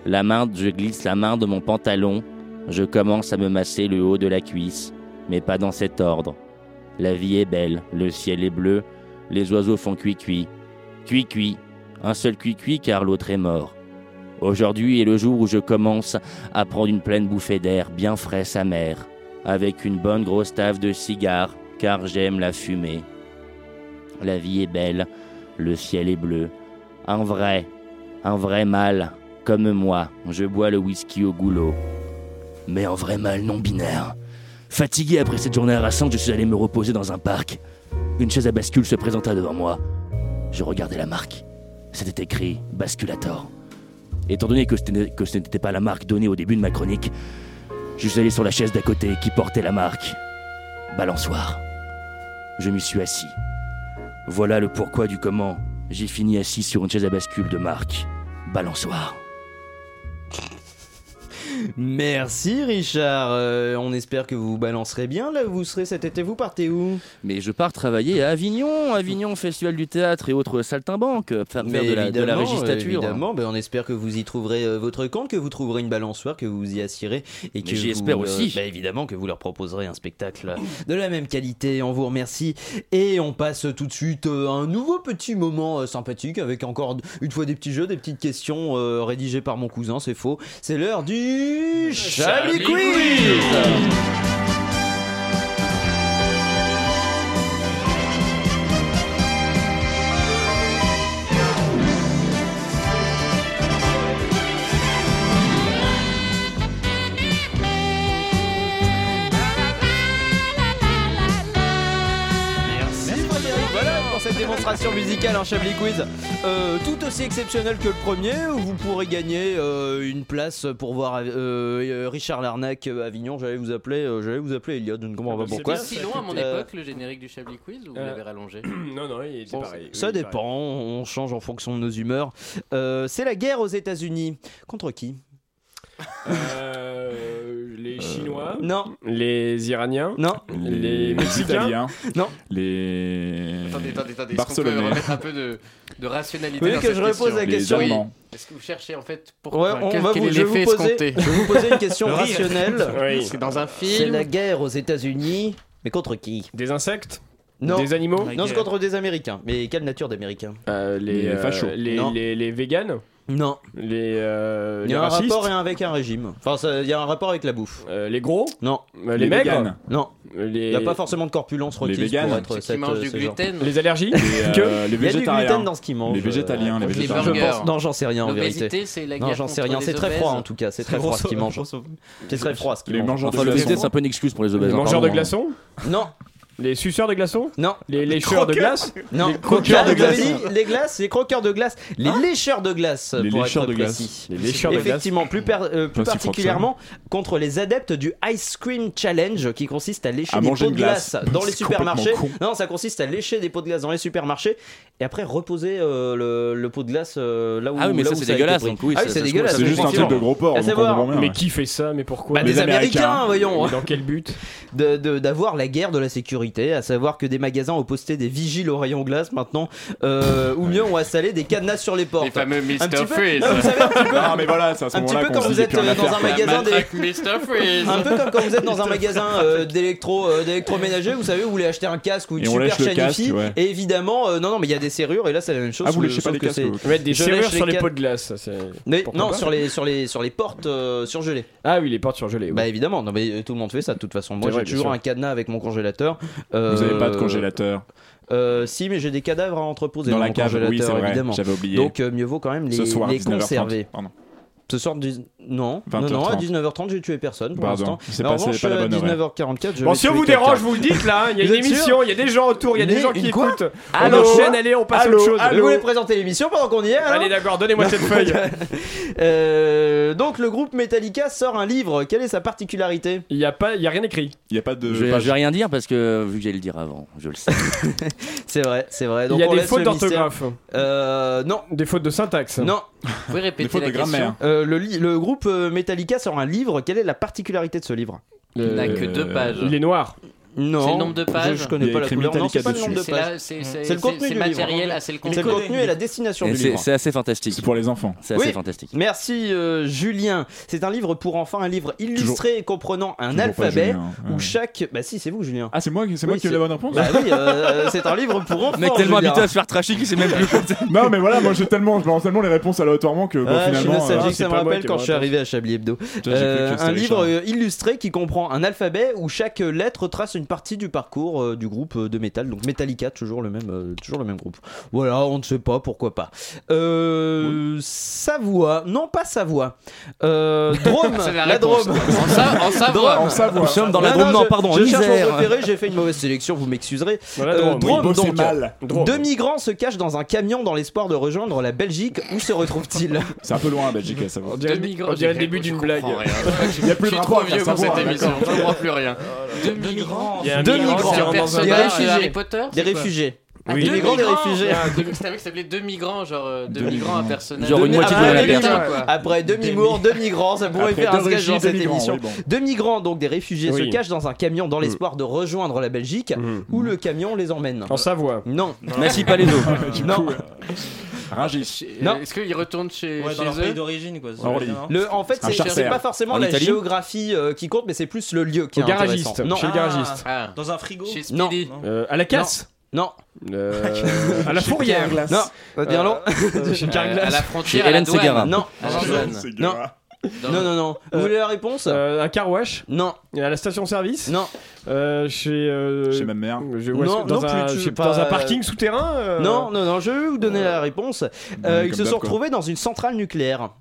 Speaker 3: La main, je glisse la main de mon pantalon. Je commence à me masser le haut de la cuisse, mais pas dans cet ordre. La vie est belle, le ciel est bleu, les oiseaux font cui-cui. Cui-cui. Un seul cui-cui car l'autre est mort. Aujourd'hui est le jour où je commence à prendre une pleine bouffée d'air bien frais sa mère, avec une bonne grosse taffe de cigare, car j'aime la fumée. La vie est belle, le ciel est bleu. Un vrai, un vrai mal, Comme moi, je bois le whisky au goulot. Mais en vrai mal non binaire. Fatigué après cette journée harassante, je suis allé me reposer dans un parc. Une chaise à bascule se présenta devant moi. Je regardais la marque. C'était écrit Basculator. Étant donné que ce n'est- que ce n'était pas la marque donnée au début de ma chronique, je suis allé sur la chaise d'à côté qui portait la marque Balançoire. Je m'y suis assis. Voilà le pourquoi du comment. J'ai fini assis sur une chaise à bascule de marque Balançoire.
Speaker 12: Merci Richard. Euh, on espère que vous vous balancerez bien là où vous serez cet été. Vous partez où
Speaker 3: Mais je pars travailler à Avignon, Avignon Festival du théâtre et autres saltimbanques, euh, faire, faire de, la, de la régistature.
Speaker 12: Évidemment, ben, on espère que vous y trouverez euh, votre compte, que vous trouverez une balançoire, que vous vous y assirez et que
Speaker 3: j'y
Speaker 12: vous,
Speaker 3: espère
Speaker 12: euh,
Speaker 3: aussi.
Speaker 12: ben, évidemment que vous leur proposerez un spectacle de la même qualité. On vous remercie et on passe tout de suite euh, à un nouveau petit moment euh, sympathique avec encore d- une fois des petits jeux, des petites questions euh, rédigées par mon cousin. C'est faux. C'est l'heure du Chablis
Speaker 17: Chablis
Speaker 12: Quiz. Merci Frédéric. Voilà pour cette démonstration musicale en Chablis Quiz. Euh, tout aussi exceptionnel que le premier, où vous pourrez gagner euh, une place pour voir euh, euh, Richard Larnac euh, Avignon. J'allais vous appeler, euh, j'allais vous appeler Elliot. Je ne comprends pas
Speaker 14: C'est
Speaker 12: bah, pourquoi.
Speaker 14: bien si long à mon
Speaker 12: Euh,
Speaker 14: époque le générique du Chablis Quiz ou vous
Speaker 4: euh,
Speaker 14: l'avez rallongé
Speaker 4: Non, non, il était pareil.
Speaker 12: Ça dépend, on change en fonction de nos humeurs. Euh, c'est la guerre aux États-Unis. Contre qui
Speaker 4: Euh, les Chinois
Speaker 12: Non.
Speaker 4: Les Iraniens
Speaker 12: Non.
Speaker 4: Les Mexicains
Speaker 13: Italiens.
Speaker 12: Non.
Speaker 13: Les.
Speaker 14: Attendez, attendez, attendez. Est-ce qu'on peut
Speaker 13: Barcelonais.
Speaker 14: remettre un peu de, de rationalité
Speaker 13: Oui,
Speaker 14: dans
Speaker 13: que
Speaker 14: cette
Speaker 13: je repose la
Speaker 14: Oui.
Speaker 13: question.
Speaker 14: Oui.
Speaker 13: Allemands.
Speaker 14: Est-ce que vous cherchez en fait pour
Speaker 12: Ouais,
Speaker 14: enfin,
Speaker 12: on
Speaker 14: quel,
Speaker 12: va
Speaker 14: quel
Speaker 12: vous,
Speaker 14: est
Speaker 12: je, vais
Speaker 14: l'effet
Speaker 12: vous poser,
Speaker 14: escompté
Speaker 12: je vais vous poser une question
Speaker 14: Rire.
Speaker 12: rationnelle.
Speaker 14: Oui. C'est dans un film.
Speaker 12: C'est la guerre aux États-Unis, mais contre qui
Speaker 4: Des insectes
Speaker 12: Non.
Speaker 4: Des animaux
Speaker 12: Non, c'est contre des Américains. Mais quelle nature d'Américains
Speaker 4: les,
Speaker 12: Les
Speaker 4: euh,
Speaker 12: fachos.
Speaker 4: les,
Speaker 12: Non.
Speaker 4: les, les véganes
Speaker 12: Non.
Speaker 4: Les, euh,
Speaker 12: Il y
Speaker 4: les
Speaker 12: a un
Speaker 4: racistes
Speaker 12: rapport avec un régime. Enfin, ça- il y a un rapport avec la bouffe.
Speaker 4: Euh, Les gros
Speaker 12: Non.
Speaker 4: Euh, les, maigres
Speaker 12: véganes. Non.
Speaker 4: Les-
Speaker 12: Il n'y a pas forcément de corpulence requise
Speaker 4: Les véganes.
Speaker 12: pour être
Speaker 4: Ceux qui
Speaker 12: cette,
Speaker 4: mangent
Speaker 12: euh,
Speaker 4: du
Speaker 12: ce genre.
Speaker 4: gluten. Les allergies Les, euh, les
Speaker 12: Il y a du
Speaker 4: végétariens.
Speaker 12: gluten dans ce qu'ils mangent.
Speaker 13: Les végétaliens, les
Speaker 12: euh,
Speaker 13: végétariens.
Speaker 12: je
Speaker 13: burgers.
Speaker 12: pense- Non, j'en sais rien en
Speaker 13: L'obésité,
Speaker 12: vérité.
Speaker 13: c'est la
Speaker 12: non,
Speaker 13: guerre
Speaker 12: j'en sais
Speaker 13: contre
Speaker 12: rien.
Speaker 13: les
Speaker 12: C'est très froid
Speaker 13: obèses.
Speaker 12: en tout cas.
Speaker 13: C'est
Speaker 12: C'est très froid
Speaker 13: grosso-
Speaker 12: ce qu'ils mangent.
Speaker 13: grosso-
Speaker 12: C'est très froid ce qu'ils
Speaker 13: Les
Speaker 12: mangent.
Speaker 13: mangeurs de
Speaker 12: Enfin, le
Speaker 13: glaçons.
Speaker 12: gluten,
Speaker 3: C'est un peu une excuse pour les obèses.
Speaker 4: Les mangeurs de
Speaker 3: apparemment.
Speaker 4: glaçons
Speaker 12: hein, Non.
Speaker 4: Les suceurs de glaçons
Speaker 12: Non.
Speaker 4: Les lécheurs de glace
Speaker 12: Non,
Speaker 4: Les croqueurs de
Speaker 12: Vous avez
Speaker 4: glace
Speaker 12: dit les glaces, les croqueurs de glace, les
Speaker 3: Hein
Speaker 12: lécheurs de glace,
Speaker 4: Les
Speaker 12: pour
Speaker 4: lécheurs
Speaker 12: être
Speaker 4: de glace.
Speaker 12: précis.
Speaker 4: Les lécheurs de glace.
Speaker 12: Effectivement, plus, par- euh,
Speaker 4: Pas si froid
Speaker 12: plus
Speaker 4: que ça.
Speaker 12: particulièrement contre les adeptes du Ice Cream Challenge qui consiste à lécher
Speaker 13: À
Speaker 12: des pots
Speaker 13: manger
Speaker 12: de
Speaker 13: une
Speaker 12: glace,
Speaker 13: glace.
Speaker 12: dans les
Speaker 13: C'est
Speaker 12: supermarchés.
Speaker 13: complètement
Speaker 12: Non, ça consiste à lécher des pots de glace dans les supermarchés et après reposer euh, le, le pot de glace euh, là où
Speaker 3: Ah oui, mais
Speaker 12: là
Speaker 3: ça,
Speaker 12: où
Speaker 3: c'est
Speaker 12: a été
Speaker 3: dégueulasse,
Speaker 12: pris.
Speaker 3: donc oui,
Speaker 12: Ah
Speaker 3: ça-
Speaker 12: c'est
Speaker 3: ça se
Speaker 12: dégueulasse.
Speaker 3: trouve, c'est juste un truc de gros porc,
Speaker 12: À
Speaker 3: donc on
Speaker 12: savoir-
Speaker 3: comprend bien,
Speaker 4: Mais qui fait ça Mais pourquoi
Speaker 12: bah, des, Américains, voyons.
Speaker 4: Et Dans quel but
Speaker 12: de- de- D'avoir la guerre de la sécurité, à savoir que des magasins ont posté des vigiles au rayon glace maintenant, euh, ou mieux ont installé des cadenas sur les portes. Les fameux
Speaker 14: Mr.
Speaker 13: Freeze.
Speaker 12: Non,
Speaker 13: mais voilà, c'est à ce
Speaker 12: Un petit
Speaker 13: moment-là
Speaker 12: peu quand
Speaker 13: qu'on se
Speaker 12: vous
Speaker 13: dit
Speaker 12: êtes
Speaker 13: qu'il y a plus
Speaker 12: euh,
Speaker 13: rien à
Speaker 12: dans un
Speaker 13: faire, quoi.
Speaker 12: magasin des.
Speaker 14: Matraque Mr. Freeze.
Speaker 12: Un peu comme quand vous êtes dans un magasin euh, d'électro euh, d'électroménager, vous savez, vous voulez acheter un casque ou une
Speaker 13: Et on
Speaker 12: super
Speaker 13: lèche le
Speaker 12: chaîne
Speaker 13: casque,
Speaker 12: hi-fi,
Speaker 13: ouais.
Speaker 12: Et évidemment, euh, non, non, mais il y a des serrures et là c'est la même chose.
Speaker 4: Ah, vous
Speaker 12: sauf-
Speaker 4: léchez pas
Speaker 12: sauf
Speaker 4: les
Speaker 12: que
Speaker 4: casques,
Speaker 12: c'est-
Speaker 4: vous Mettre des
Speaker 12: Je
Speaker 4: serrures
Speaker 12: lèche
Speaker 4: sur les
Speaker 12: cas-
Speaker 4: pots de glace. ça, c'est-
Speaker 12: Mais-
Speaker 4: pourquoi
Speaker 12: non,
Speaker 4: pas
Speaker 12: sur les, sur, les, sur les portes euh, surgelées.
Speaker 4: Ah oui, les portes surgelées.
Speaker 12: Bah évidemment, non, mais euh, tout le monde fait ça de toute façon. Moi
Speaker 4: C'est
Speaker 12: j'ai
Speaker 4: vrai, bien
Speaker 12: toujours
Speaker 4: sûr.
Speaker 12: un cadenas avec mon congélateur.
Speaker 13: Vous
Speaker 12: Euh,
Speaker 13: avez pas de congélateur.
Speaker 12: euh, si, mais j'ai des cadavres à entreposer
Speaker 13: Dans
Speaker 12: dans
Speaker 13: la
Speaker 12: mon
Speaker 13: cave, oui,
Speaker 12: congélateur,
Speaker 13: c'est vrai,
Speaker 12: évidemment.
Speaker 13: j'avais oublié.
Speaker 12: Donc euh, mieux vaut quand même les,
Speaker 13: Ce soir,
Speaker 12: les
Speaker 13: 19h30,
Speaker 12: conserver.
Speaker 13: pardon.
Speaker 12: Ce soir, dix- non, non, non, à
Speaker 13: 20h30.
Speaker 12: 19h30, j'ai tué personne pour
Speaker 13: Pardon,
Speaker 12: l'instant.
Speaker 13: c'est
Speaker 12: Mais en
Speaker 13: pas- c'est
Speaker 12: revanche, euh,
Speaker 13: pas la
Speaker 12: à
Speaker 13: bonne horaire.
Speaker 12: 19h44, je
Speaker 4: Bon,
Speaker 12: vais
Speaker 4: si on
Speaker 12: tuer
Speaker 4: vous dérange,
Speaker 12: quelqu'un.
Speaker 4: vous le dites là, hein, il y a
Speaker 12: Vous
Speaker 4: une
Speaker 12: êtes sûr
Speaker 4: émission, il y a des gens autour, il y a des
Speaker 12: Mais
Speaker 4: gens qui
Speaker 12: une quoi
Speaker 4: écoutent.
Speaker 12: Allô
Speaker 4: on enchaîne, allez, on passe à autre chose.
Speaker 12: Allô, Vous voulez présenter l'émission pendant qu'on y est alors
Speaker 4: Allez, d'accord, donnez-moi cette feuille.
Speaker 12: Euh, donc le groupe Metallica sort un livre. Quelle est sa particularité
Speaker 4: Il n'y a, pas- il y a rien écrit.
Speaker 13: Il n'y a pas de.
Speaker 12: Euh,
Speaker 3: Je, vais- je vais rien dire parce que vu que j'allais le dire avant, je le sais.
Speaker 12: c'est vrai, c'est vrai. Donc
Speaker 4: Il y a
Speaker 12: on
Speaker 4: des
Speaker 12: laisse
Speaker 4: fautes
Speaker 12: le mystère.
Speaker 4: d'orthographe.
Speaker 12: Euh, non.
Speaker 4: Des fautes de syntaxe.
Speaker 12: Non. Vous
Speaker 14: pouvez répéter Des fautes la de question grammaire.
Speaker 12: le, li- le groupe euh, Metallica sort un livre. Quelle est la particularité de ce livre
Speaker 14: Il n'a que
Speaker 13: Euh,
Speaker 14: deux pages.
Speaker 4: Il est noir.
Speaker 12: Non.
Speaker 14: C'est le nombre de pages.
Speaker 12: Je, je connais pas la couleur. Non, c'est pas le nombre de
Speaker 14: C'est la-
Speaker 12: pages.
Speaker 14: c'est-
Speaker 12: C'est le contenu
Speaker 14: C'est
Speaker 12: du
Speaker 14: matériel,
Speaker 12: livre.
Speaker 14: ah, c'est le
Speaker 12: C'est
Speaker 14: contenu.
Speaker 12: le contenu et la destination
Speaker 3: Et
Speaker 12: du
Speaker 3: c'est
Speaker 12: livre.
Speaker 3: c'est assez fantastique. C'est
Speaker 13: pour les enfants.
Speaker 3: C'est assez
Speaker 12: Oui.
Speaker 3: fantastique.
Speaker 12: Merci euh, Julien. C'est un livre pour enfants, un livre illustré et comprenant un alphabet
Speaker 13: Julien, hein.
Speaker 12: où chaque. Bah si, c'est vous Julien.
Speaker 13: Ah, c'est moi, c'est moi
Speaker 12: Oui,
Speaker 13: qui ai eu la bonne réponse
Speaker 12: Bah oui, euh, c'est un livre pour enfants.
Speaker 3: Mec tellement
Speaker 12: Julien.
Speaker 3: habitué à se faire tracher qu'il sait même plus.
Speaker 13: Non, mais voilà, moi j'ai tellement, je balance tellement les réponses aléatoirement que bon,
Speaker 12: Ah, je suis
Speaker 13: finalement.
Speaker 12: nostalgique,
Speaker 13: euh,
Speaker 12: ça me rappelle quand je suis arrivé à Chablis Hebdo.
Speaker 13: j'ai cru que
Speaker 12: Euh,
Speaker 13: c'était
Speaker 12: un
Speaker 13: Richard.
Speaker 12: livre euh, illustré qui comprend un alphabet où chaque euh, lettre trace une une partie du parcours euh, du groupe euh, de métal, donc Metallica, toujours le même, euh, toujours le même groupe. Voilà, on ne sait pas, pourquoi pas. Euh, Savoie, non pas Savoie, euh, Drôme,
Speaker 14: C'est la
Speaker 12: la Drôme.
Speaker 14: réponse. En Sa- en Savoie.
Speaker 12: Drôme.
Speaker 14: En Savoie.
Speaker 12: Nous sommes dans la
Speaker 14: Non,
Speaker 12: Drôme,
Speaker 14: non,
Speaker 12: non,
Speaker 14: je-
Speaker 12: pardon,
Speaker 14: je
Speaker 12: en
Speaker 14: cherche mon
Speaker 12: Isère.
Speaker 14: repéré,
Speaker 12: j'ai fait une mauvaise sélection, vous m'excuserez.
Speaker 4: la Drôme, oui,
Speaker 12: Drôme,
Speaker 4: bosser
Speaker 12: donc.
Speaker 4: mal. Drôme.
Speaker 12: Deux migrants se cachent dans un camion dans l'espoir de rejoindre la Belgique. Où se retrouvent-ils
Speaker 13: C'est un peu loin, la Belgique, à savoir.
Speaker 4: On dirait, on dirait le début d'une blague.
Speaker 13: Il y a plus
Speaker 14: Je suis
Speaker 13: de
Speaker 14: trop
Speaker 13: rapport
Speaker 14: vieux
Speaker 13: à
Speaker 14: pour
Speaker 13: savoir,
Speaker 14: cette émission,
Speaker 13: d'accord.
Speaker 14: je ne vois plus rien. Deux migrants.
Speaker 12: Il y a un Deux migrant migrants. qui rentre dans un
Speaker 14: Des
Speaker 12: bar.
Speaker 14: réfugiés.
Speaker 12: Harry Potter,
Speaker 14: Potter
Speaker 12: Des c'est quoi réfugiés. Ah, Oui. des migrants, des réfugiés.
Speaker 14: C'était un mec qui s'appelait Deux migrants, genre euh, deux migrants à personnage.
Speaker 12: Demi- après, demi-
Speaker 14: quoi.
Speaker 12: Après demi-mour, demi-grand, ça pourrait
Speaker 14: Après,
Speaker 12: faire un
Speaker 14: deux
Speaker 12: sketch
Speaker 14: régies,
Speaker 12: dans cette
Speaker 14: demi-grand,
Speaker 12: émission.
Speaker 14: oui, bon.
Speaker 12: Deux migrants, donc des réfugiés,
Speaker 4: Oui.
Speaker 12: se cachent dans un camion dans l'espoir de rejoindre la Belgique, où le camion les emmène.
Speaker 4: En Savoie.
Speaker 12: Non.
Speaker 4: Non.
Speaker 12: Merci pas les
Speaker 4: Du coup,
Speaker 12: Non.
Speaker 4: euh,
Speaker 12: Non.
Speaker 14: Est-ce qu'ils retournent chez,
Speaker 16: Ouais,
Speaker 14: chez
Speaker 16: dans leur
Speaker 14: eux
Speaker 16: pays d'origine, quoi.
Speaker 12: En Italie. Le- en fait,
Speaker 16: Un
Speaker 12: c'est- c'est
Speaker 16: charter.
Speaker 12: pas forcément
Speaker 16: En
Speaker 12: la
Speaker 16: Italie
Speaker 12: géographie euh, qui compte, mais c'est plus le lieu qui
Speaker 4: Au
Speaker 12: est
Speaker 4: garagiste,
Speaker 12: intéressant. Non.
Speaker 4: chez le garagiste.
Speaker 14: Ah.
Speaker 16: Dans un frigo
Speaker 14: Chez
Speaker 12: Non.
Speaker 14: Speedy.
Speaker 4: Euh, à la casse
Speaker 12: Non.
Speaker 4: Euh, à la
Speaker 12: Chez
Speaker 4: fourrière.
Speaker 12: Carglass. Non. Pas bien long. Chez Carglass.
Speaker 14: à la frontière, à la douane.
Speaker 12: Non.
Speaker 14: À la
Speaker 12: Non.
Speaker 14: douane.
Speaker 12: Non. Non, non, non. Vous voulez la réponse
Speaker 4: Un car wash
Speaker 12: Non.
Speaker 4: à la station-service
Speaker 12: Non.
Speaker 4: chez. chez
Speaker 13: ma mère.
Speaker 12: Non,
Speaker 4: dans,
Speaker 12: non
Speaker 4: un,
Speaker 12: plus, tu-
Speaker 4: chez-
Speaker 12: pas-
Speaker 4: dans un parking souterrain euh,
Speaker 12: Non, non, non, je vais vous donner la réponse. Euh, ils
Speaker 4: comme
Speaker 12: se
Speaker 4: d'hab,
Speaker 12: sont
Speaker 4: quoi.
Speaker 12: retrouvés dans une centrale nucléaire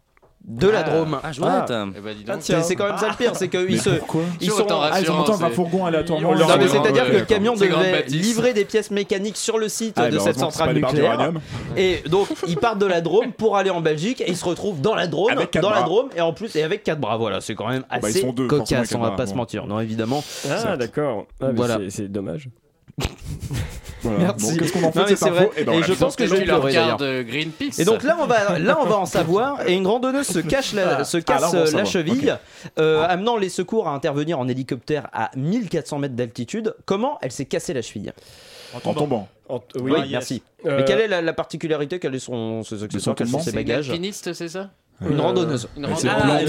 Speaker 12: de la
Speaker 4: Ah.
Speaker 12: Drôme.
Speaker 4: Ah, chouette.
Speaker 3: Eh
Speaker 4: ben, dis donc.
Speaker 12: Ah, tiens. C'est quand même ça le pire, c'est
Speaker 13: Mais
Speaker 12: qu'ils se.
Speaker 13: pourquoi
Speaker 12: Ils
Speaker 13: Sur
Speaker 12: sont
Speaker 13: autant Ah, ils ont entendu un
Speaker 4: euh,
Speaker 13: c'est- fourgon à la tourmente.
Speaker 12: Non, mais C'est-à-dire
Speaker 13: Ouais,
Speaker 12: que le
Speaker 13: d'accord.
Speaker 12: camion
Speaker 13: C'est grande
Speaker 12: devait
Speaker 13: bâtisse.
Speaker 12: livrer des pièces mécaniques sur le site
Speaker 13: euh, Ah,
Speaker 12: de
Speaker 13: bah,
Speaker 12: cette
Speaker 13: heureusement que c'est pas
Speaker 12: centrale
Speaker 13: des barres
Speaker 12: nucléaire.
Speaker 13: d'uranium.
Speaker 12: Et donc, ils partent de la Drôme pour aller en Belgique et ils se retrouvent dans la Drôme,
Speaker 13: Avec quatre
Speaker 12: dans la
Speaker 13: bras.
Speaker 12: Drôme et en plus et avec quatre bras. Voilà, c'est quand même
Speaker 13: bah, ils
Speaker 12: assez
Speaker 13: sont deux, forcément,
Speaker 12: cocasse.
Speaker 13: avec
Speaker 12: On
Speaker 13: quatre
Speaker 12: va
Speaker 13: bras,
Speaker 12: pas se
Speaker 13: bon.
Speaker 12: mentir, non évidemment.
Speaker 4: Ah, d'accord. Ah, mais
Speaker 12: Voilà.
Speaker 4: c'est- C'est dommage.
Speaker 13: Voilà.
Speaker 12: Merci.
Speaker 13: Bon, qu'est-ce qu'on en fait
Speaker 12: Non,
Speaker 13: de
Speaker 12: mais
Speaker 13: cette
Speaker 12: c'est vrai.
Speaker 13: info Eh ben,
Speaker 12: et
Speaker 13: voilà.
Speaker 12: je pense que je vais
Speaker 14: Ils ont
Speaker 12: pleurer
Speaker 14: acheté leur
Speaker 12: d'ailleurs.
Speaker 14: carte
Speaker 4: euh,
Speaker 14: de Greenpeace.
Speaker 12: Et donc là on va là on va en savoir et une randonneuse se cache la,
Speaker 14: Ah.
Speaker 12: se
Speaker 14: Ah,
Speaker 12: casse
Speaker 14: là, on va en
Speaker 12: euh, la
Speaker 14: savoir.
Speaker 12: cheville euh, amenant les secours à intervenir en hélicoptère à 1400 mètres d'altitude. Comment elle s'est cassée la cheville
Speaker 13: En tombant.
Speaker 4: En-
Speaker 12: Oui, merci. Mais quelle est la, la particularité quels sont ses accessoires, quels sont ses
Speaker 14: C'est une
Speaker 12: bagages
Speaker 14: alpiniste, c'est ça
Speaker 13: Euh,
Speaker 12: Une randonneuse.
Speaker 14: Une
Speaker 13: Ah,
Speaker 14: randonneuse.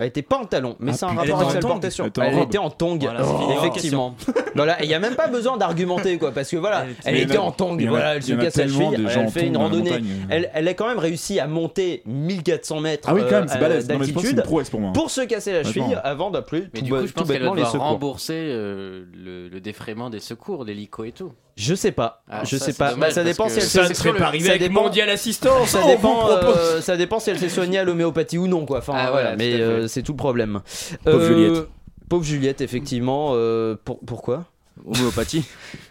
Speaker 12: Elle était pas en talon, mais
Speaker 14: Ah,
Speaker 12: c'est un
Speaker 14: putain. Elle
Speaker 12: rapport avec
Speaker 14: était
Speaker 12: sa
Speaker 14: en
Speaker 12: portation.
Speaker 14: tongs. Elle était en
Speaker 12: Elle
Speaker 14: robe.
Speaker 12: était en tong,
Speaker 14: Voilà, c'est fini.
Speaker 12: effectivement. Voilà, et il y a même pas besoin d'argumenter quoi, parce que voilà, elle
Speaker 13: Mais
Speaker 12: était
Speaker 13: il y en a-
Speaker 12: en tong,
Speaker 13: il y en a-
Speaker 12: voilà, elle se
Speaker 13: il y en a
Speaker 12: casse la
Speaker 13: tellement
Speaker 12: cheville,
Speaker 13: des gens en
Speaker 12: elle fait
Speaker 13: tongs
Speaker 12: une
Speaker 13: dans la
Speaker 12: randonnée.
Speaker 13: montagne. euh.
Speaker 12: Elle, elle a quand même réussi à monter 1400 mètres
Speaker 13: Ah oui, quand même,
Speaker 12: euh,
Speaker 13: c'est balèze. Non, mais je pense que c'est une
Speaker 12: d'altitude
Speaker 13: prouesse pour moi.
Speaker 12: se casser la
Speaker 13: Vachement.
Speaker 12: cheville avant d'appeler
Speaker 14: Mais
Speaker 12: tout,
Speaker 14: du
Speaker 12: ba-
Speaker 14: coup, je
Speaker 12: tout
Speaker 14: pense qu'elle
Speaker 12: bêtement les
Speaker 14: doit
Speaker 12: secours.
Speaker 14: rembourser euh, le, le défraiement des secours, l'hélico et tout.
Speaker 12: Je sais pas,
Speaker 14: Ah,
Speaker 12: je
Speaker 14: ça,
Speaker 12: sais
Speaker 14: c'est
Speaker 12: pas.
Speaker 14: dommage,
Speaker 12: ça
Speaker 14: parce
Speaker 12: dépend
Speaker 14: que
Speaker 12: si elle
Speaker 14: ça
Speaker 12: s'est
Speaker 14: ne serait pas
Speaker 12: ça
Speaker 14: arrivé avec
Speaker 12: dépend-
Speaker 14: Mondial Assistance,
Speaker 12: Ça
Speaker 14: on vous
Speaker 12: dépend, euh,
Speaker 14: propose.
Speaker 12: ça dépend si elle s'est soignée à l'homéopathie ou non quoi. Enfin
Speaker 14: Ah,
Speaker 12: voilà,
Speaker 14: voilà,
Speaker 12: mais
Speaker 14: tout à fait.
Speaker 12: euh, c'est tout le problème. Euh,
Speaker 3: Pauvre Juliette.
Speaker 12: Pauvre Juliette, effectivement. euh, pour- pourquoi
Speaker 3: Homéopathie.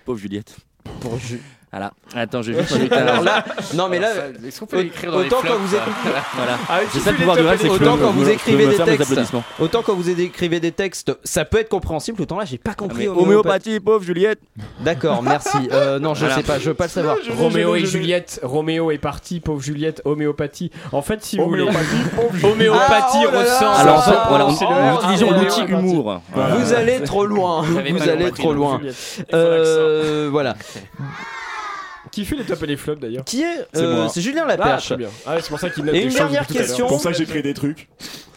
Speaker 3: Pauvre Juliette.
Speaker 12: Pour Ju-
Speaker 3: Voilà. Attends, j'ai juste
Speaker 12: Ouais. Alors là, non mais là,
Speaker 14: Est-ce qu'on peut l'écrire dans les
Speaker 12: autant
Speaker 14: flops,
Speaker 12: quand vous
Speaker 14: ça
Speaker 12: écrivez,
Speaker 3: Voilà. Ah oui, C'est tu ça le fais pouvoir
Speaker 12: du
Speaker 3: les du rap, c'est que
Speaker 12: autant
Speaker 3: je
Speaker 12: quand
Speaker 3: peux-
Speaker 12: vous
Speaker 3: je peux
Speaker 12: écrivez
Speaker 3: me
Speaker 12: des
Speaker 3: faire mes
Speaker 12: textes,
Speaker 3: applaudissements.
Speaker 12: autant quand vous écrivez des textes, ça peut être compréhensible. Autant là, j'ai pas compris.
Speaker 3: mais homéopathie, pauvre Juliette.
Speaker 12: D'accord, merci. Euh, non, je
Speaker 3: Voilà.
Speaker 12: sais pas, je veux pas le savoir.
Speaker 4: Roméo et Juliette, Roméo est parti, pauvre Juliette, homéopathie. En fait, si vous voulez, Ah, homéopathie
Speaker 12: Ah, oh
Speaker 4: ressemble.
Speaker 3: Alors en fait, voilà, on,
Speaker 4: C'est
Speaker 3: on-
Speaker 4: le-
Speaker 3: utilisons
Speaker 4: Ah,
Speaker 3: l'outil
Speaker 4: homéopathie.
Speaker 3: humour. Voilà.
Speaker 12: Vous allez trop loin. hein.
Speaker 4: J'avais pas
Speaker 12: Vous allez
Speaker 4: compris,
Speaker 12: trop
Speaker 4: donc,
Speaker 12: loin.
Speaker 4: Juliette.
Speaker 12: Euh, voilà.
Speaker 4: Qui fait les tops et les flops d'ailleurs
Speaker 12: Qui est Euh, c'est Julien
Speaker 4: Ah,
Speaker 12: Laperche.
Speaker 4: très bien. Ah, c'est pour ça qu'il note
Speaker 12: Et
Speaker 4: des
Speaker 12: une
Speaker 4: choses
Speaker 12: dernière
Speaker 4: depuis tout à l'heure.
Speaker 12: question.
Speaker 13: C'est pour ça que j'ai créé des trucs.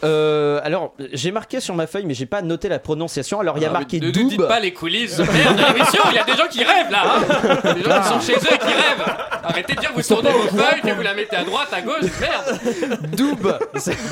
Speaker 12: Euh, alors, j'ai marqué sur ma feuille, mais j'ai pas noté la prononciation. Alors, il y a
Speaker 14: Ah,
Speaker 12: marqué
Speaker 14: mais Ne nous
Speaker 12: Doub.
Speaker 14: dites pas les coulisses de merde de l'émission, il y a des gens qui rêvent là hein. Des gens qui sont chez eux et qui rêvent Arrêtez de dire vous tournez vos feuilles, que vous la mettez à droite, à gauche, merde
Speaker 12: Doub.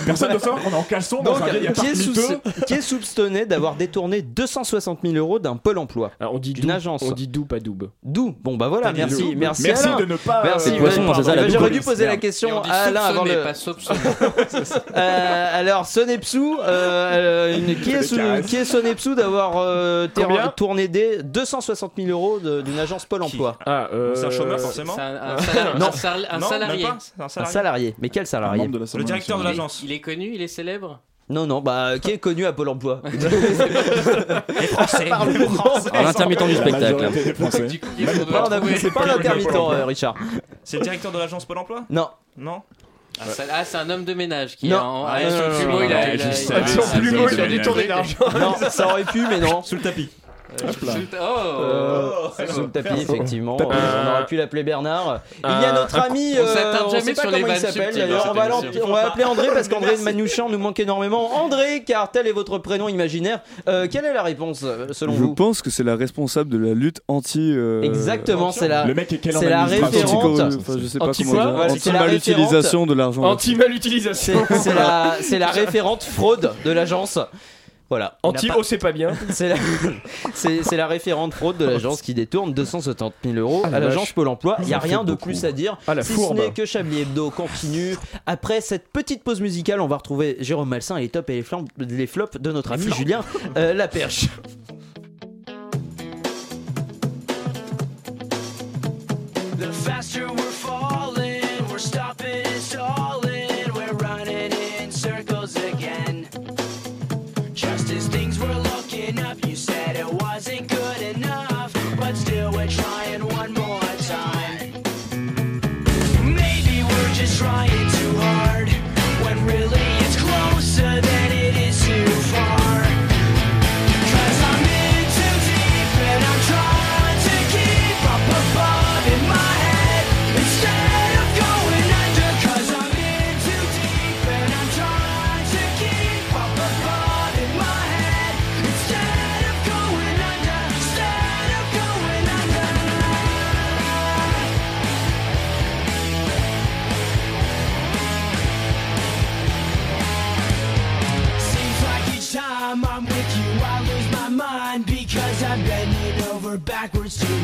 Speaker 13: Personne ne doit savoir qu'on est en caleçon dans
Speaker 12: Donc,
Speaker 13: un vieil
Speaker 12: qui est,
Speaker 13: appart
Speaker 12: sous-
Speaker 13: miteux.
Speaker 12: qui est soupçonné d'avoir détourné 260 000 euros d'un pôle emploi.
Speaker 4: on dit
Speaker 12: d'une agence.
Speaker 4: On dit doux, pas double.
Speaker 12: D'où Bon bah voilà,
Speaker 4: T'as dit
Speaker 12: merci,
Speaker 4: double.
Speaker 12: merci.
Speaker 4: Merci
Speaker 12: Alain.
Speaker 4: de ne pas,
Speaker 12: Merci.
Speaker 4: euh, C'est poisson,
Speaker 12: ouais,
Speaker 4: c'est ça, la
Speaker 12: bah, J'aurais dû
Speaker 4: double
Speaker 12: poser la
Speaker 4: merde.
Speaker 14: Et
Speaker 12: question
Speaker 14: on dit
Speaker 12: à Alain avant
Speaker 14: soupçonner,
Speaker 12: le.
Speaker 14: pas soupçonner.
Speaker 12: Euh, alors Sonepsou, euh, une- qui, est
Speaker 14: Des
Speaker 12: sous-
Speaker 14: caresses.
Speaker 12: qui est Sonepsou d'avoir euh, ter-
Speaker 4: Combien
Speaker 12: tourné des 260 000 euros de- d'une agence Pôle Emploi
Speaker 4: Ah, euh,
Speaker 16: C'est un chômeur, forcément
Speaker 14: c'est un- un salari-
Speaker 12: Euh, Non.
Speaker 14: un sal- un
Speaker 16: Non,
Speaker 14: salarié.
Speaker 16: même pas, c'est
Speaker 12: Un salarié, mais quel salarié
Speaker 13: membre de l'Assemblée
Speaker 16: Le directeur de
Speaker 14: Il est-
Speaker 16: l'agence.
Speaker 14: Il est connu, il est célèbre
Speaker 12: Non, non, bah qui est connu à Pôle Emploi
Speaker 16: Français.
Speaker 3: Un intermittent du spectacle.
Speaker 13: majorité des Français.
Speaker 12: Ah, on a- C'est pas l'intermittent, euh, Richard.
Speaker 16: C'est le directeur de l'agence Pôle emploi
Speaker 12: Non.
Speaker 16: Non
Speaker 14: Un sal- Ah, c'est un homme de ménage qui
Speaker 12: Non.
Speaker 14: est en.
Speaker 12: Ah,
Speaker 14: avec
Speaker 12: non,
Speaker 14: son
Speaker 12: non, non,
Speaker 14: plumeau,
Speaker 12: non,
Speaker 14: il
Speaker 12: non,
Speaker 14: a. il a-
Speaker 12: je sais.
Speaker 14: il a-
Speaker 12: Avec
Speaker 14: il
Speaker 12: son
Speaker 14: a-
Speaker 12: plumeau, il a
Speaker 14: des
Speaker 12: détourné
Speaker 14: trucs.
Speaker 4: l'argent.
Speaker 12: Non, ça aurait pu, mais non.
Speaker 16: Sous le tapis.
Speaker 14: Sous-
Speaker 12: Euh,
Speaker 14: Oh
Speaker 12: sous le tapis,
Speaker 14: Merde.
Speaker 12: effectivement.
Speaker 4: Tapis.
Speaker 12: Euh, on aurait pu l'appeler Bernard. Il y a notre ami,
Speaker 14: On
Speaker 12: euh,
Speaker 14: s'attarde
Speaker 12: on
Speaker 14: jamais
Speaker 12: sait pas
Speaker 14: sur les
Speaker 12: comment il
Speaker 14: vannes
Speaker 12: s'appelle
Speaker 14: subtiles
Speaker 12: d'ailleurs.
Speaker 14: dans
Speaker 12: On va,
Speaker 14: cette
Speaker 12: l'appeler-
Speaker 14: émission.
Speaker 12: on va appeler André parce qu'André de Manouchian nous manque énormément. André, car tel est votre prénom imaginaire. Euh, quelle est la réponse euh, selon
Speaker 20: Je
Speaker 12: vous
Speaker 20: pense que c'est la responsable de la lutte anti. euh,
Speaker 12: Exactement, c'est la,
Speaker 13: Le mec est quel en
Speaker 12: c'est la
Speaker 13: administration
Speaker 12: référente.
Speaker 20: Enfin, je sais pas
Speaker 4: Anti
Speaker 20: comment dire.
Speaker 4: quoi
Speaker 12: C'est la
Speaker 20: Anti-malutilisation de l'argent.
Speaker 4: Anti-malutilisation.
Speaker 12: C'est c'est la, c'est la référente fraude de l'agence. Voilà.
Speaker 2: Anti, oh, c'est pas bien.
Speaker 12: C'est la, c'est- c'est la référente fraude de l'agence qui détourne 270 000 euros
Speaker 2: Oh. Ah, la
Speaker 12: à l'agence
Speaker 2: vache.
Speaker 12: Pôle emploi. Il n'y a
Speaker 2: Ça fait
Speaker 12: rien de
Speaker 2: beaucoup.
Speaker 12: plus à dire.
Speaker 2: Ah, la
Speaker 12: si
Speaker 2: fourbe.
Speaker 12: ce n'est que Chablis Hebdo continue. Après cette petite pause musicale, on va retrouver Jérôme Malsain et les tops et les, flambes- les flops de notre ami Julien euh, La Perche.
Speaker 17: The faster we're falling, we're stopping and stalling, we're running in circles again. Just as things were looking up, you said it wasn't good enough, but still we're trying one more time. Maybe we're just trying too hard, when really it's closer than it is too far. Cause I'm in too deep and I'm trying to keep up above in my head instead of going under. Cause I'm in too deep and I'm trying to keep up above in my head instead of going under. Instead of going under. Seems like each time I'm with you, I lose my mind because I'm bending over backwards to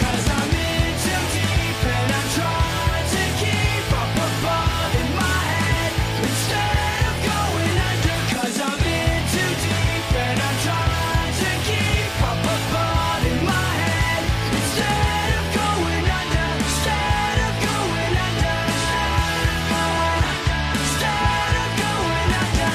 Speaker 17: Cause I'm in too deep and I'm trying to keep up above in my head instead of going under. Cause I'm in too deep and I'm trying to keep up above in my head instead of going under. Instead of going under. Instead of going under.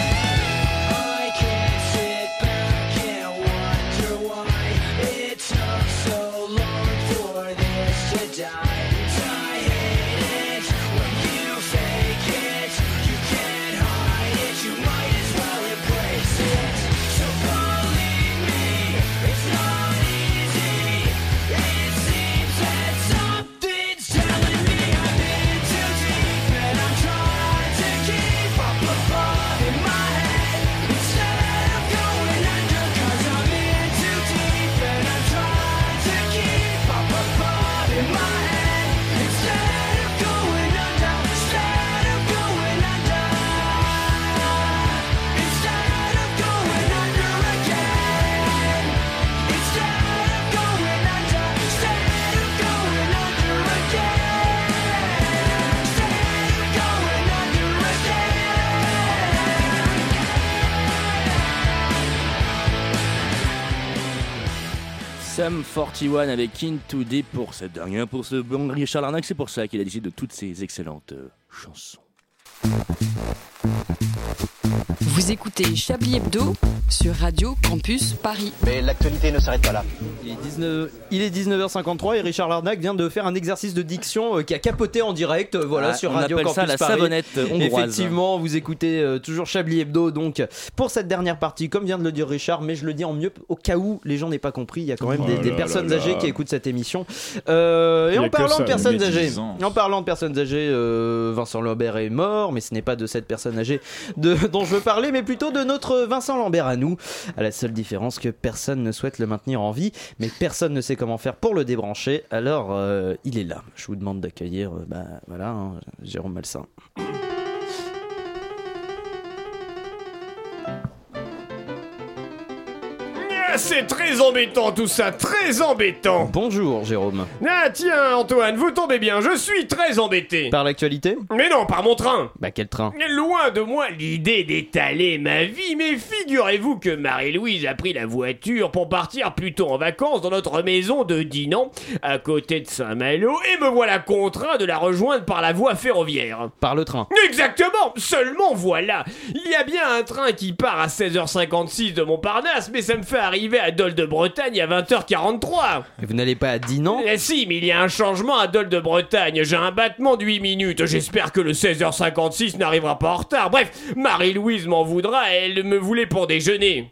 Speaker 17: I can't sit back and wonder why it took so long for this to die. I hate it when you fake it. You can't hide it. You might as well embrace it. So believe me, it's not easy. It seems that something's telling me I'm in too deep and I'm trying to keep up above in my head. Instead of going under, 'cause I'm in too deep and I'm trying to keep up above in my head. Instead of going under, instead of going under, instead of going under again, instead of going under, instead of going under again, instead of going under again.
Speaker 3: Sam 41 avec Into Deep pour cette dernière, pour ce bon Richard Larnac. C'est pour ça qu'il a décidé de toutes ces excellentes euh, chansons.
Speaker 9: Vous écoutez Chablis Hebdo sur Radio Campus Paris.
Speaker 21: Mais l'actualité ne s'arrête pas là.
Speaker 12: Il est, 19, il est 19h53 et Richard Larnac vient de faire un exercice de diction euh, qui a capoté en direct euh, voilà,
Speaker 3: Ah,
Speaker 12: sur
Speaker 3: on
Speaker 12: Radio
Speaker 3: appelle
Speaker 12: Campus
Speaker 3: ça la
Speaker 12: Paris.
Speaker 3: savonnette hongroise.
Speaker 12: Effectivement, vous écoutez euh, toujours Chablis Hebdo donc pour cette dernière partie, comme vient de le dire Richard, mais je le dis en mieux au cas où les gens n'aient pas compris, il y a quand même des,
Speaker 2: Oh
Speaker 12: des
Speaker 2: là
Speaker 12: personnes
Speaker 2: là
Speaker 12: âgées
Speaker 2: là.
Speaker 12: qui écoutent cette émission. Euh,
Speaker 2: Il
Speaker 12: et
Speaker 2: y a
Speaker 12: en
Speaker 2: que
Speaker 12: parlant
Speaker 2: ça,
Speaker 12: de personnes
Speaker 2: mais
Speaker 12: âgées,
Speaker 2: 10 ans.
Speaker 12: en parlant de personnes âgées, euh, Vincent Lambert est mort, mais ce n'est pas de cette personne âgée de, dont je veux parler, mais plutôt de notre Vincent Lambert à nous. À la seule différence que personne ne souhaite le maintenir en vie, mais personne ne sait comment faire pour le débrancher. Alors, euh, il est là. Je vous demande d'accueillir, euh, bah, voilà, hein, Jérôme Malsain.
Speaker 2: Ah, C'est très embêtant tout ça, très embêtant.
Speaker 12: Bonjour, Jérôme.
Speaker 2: Ah tiens, Antoine, vous tombez bien, je suis très embêté.
Speaker 12: Par l'actualité
Speaker 2: Mais non, par mon train.
Speaker 12: Bah, quel train
Speaker 2: Loin de moi l'idée d'étaler ma vie, mais figurez-vous que Marie-Louise a pris la voiture pour partir plutôt en vacances dans notre maison de Dinan, à côté de Saint-Malo, et me voilà contraint de la rejoindre par la voie ferroviaire.
Speaker 12: Par le train.
Speaker 2: Exactement Seulement voilà Il y a bien un train qui part à 16h56 de Montparnasse, mais ça me fait arriver à Dole de Bretagne à 20h43
Speaker 12: Et Vous n'allez pas à Dinan
Speaker 2: eh si, mais il y a un changement à Dole de Bretagne. J'ai un battement de 8 minutes. J'espère que le 16h56 n'arrivera pas en retard. Bref, Marie-Louise m'en voudra. Elle me voulait pour déjeuner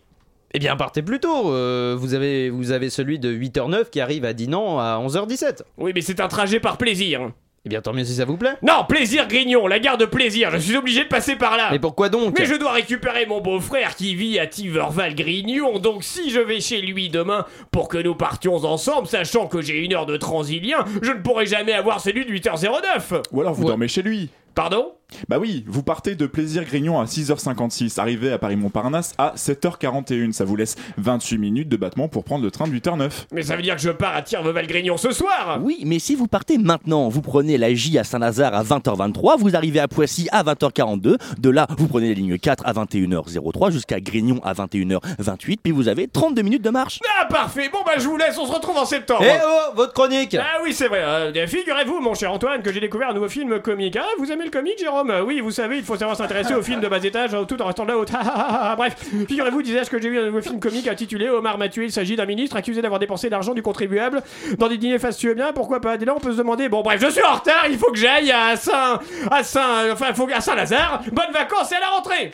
Speaker 12: Eh bien, partez plus tôt. euh, vous, avez, vous avez celui de 8h09 qui arrive à Dinan à 11h17.
Speaker 2: Oui, mais c'est un trajet par plaisir.
Speaker 12: Eh bien, tant mieux si ça vous plaît.
Speaker 2: Non, plaisir Grignon, la gare de plaisir, je suis obligé de passer par là.
Speaker 12: Mais pourquoi donc
Speaker 2: Mais je dois récupérer mon beau-frère qui vit à Tiverval Grignon, donc si je vais chez lui demain pour que nous partions ensemble, sachant que j'ai une heure de transilien, je ne pourrai jamais avoir celui de 8h09.
Speaker 13: Ou alors vous
Speaker 2: Ouais.
Speaker 13: dormez chez lui.
Speaker 2: Pardon
Speaker 13: Bah oui, vous partez de Plaisir Grignon à 6h56, arrivez à Paris-Montparnasse à 7h41. Ça vous laisse 28 minutes de battement pour prendre le train de 8h09.
Speaker 2: Mais ça veut dire que je pars à Tiverval Ah, Grignon ce soir
Speaker 3: Oui, mais si vous partez maintenant, vous prenez la J à Saint-Lazare à 20h23, vous arrivez à Poissy à 20h42, de là, vous prenez la ligne 4 à 21h03 jusqu'à Grignon à 21h28, puis vous avez 32 minutes de marche.
Speaker 2: Ah parfait, bon bah je vous laisse, on se retrouve en septembre
Speaker 3: Eh oh, votre chronique
Speaker 2: Ah oui, c'est vrai. Euh, Figurez-vous, mon cher Antoine, que j'ai découvert un nouveau film comique. Ah, vous aimez le comique, Jérôme Euh, Oui, vous savez, il faut savoir s'intéresser aux films de bas étage euh, tout en restant de la haute. Ah, ah, ah, ah. Bref, figurez-vous, disais-je que j'ai vu un nouveau film comique intitulé Omar m'a tué. Il s'agit d'un ministre accusé d'avoir dépensé l'argent du contribuable dans des dîners
Speaker 4: eh
Speaker 2: fastueux. Bien, pourquoi pas Dès là, on peut se demander. Bon, bref, je suis en retard, il faut que j'aille à Saint. à Saint. euh, enfin, faut à Saint-Lazare. Bonnes vacances et à la rentrée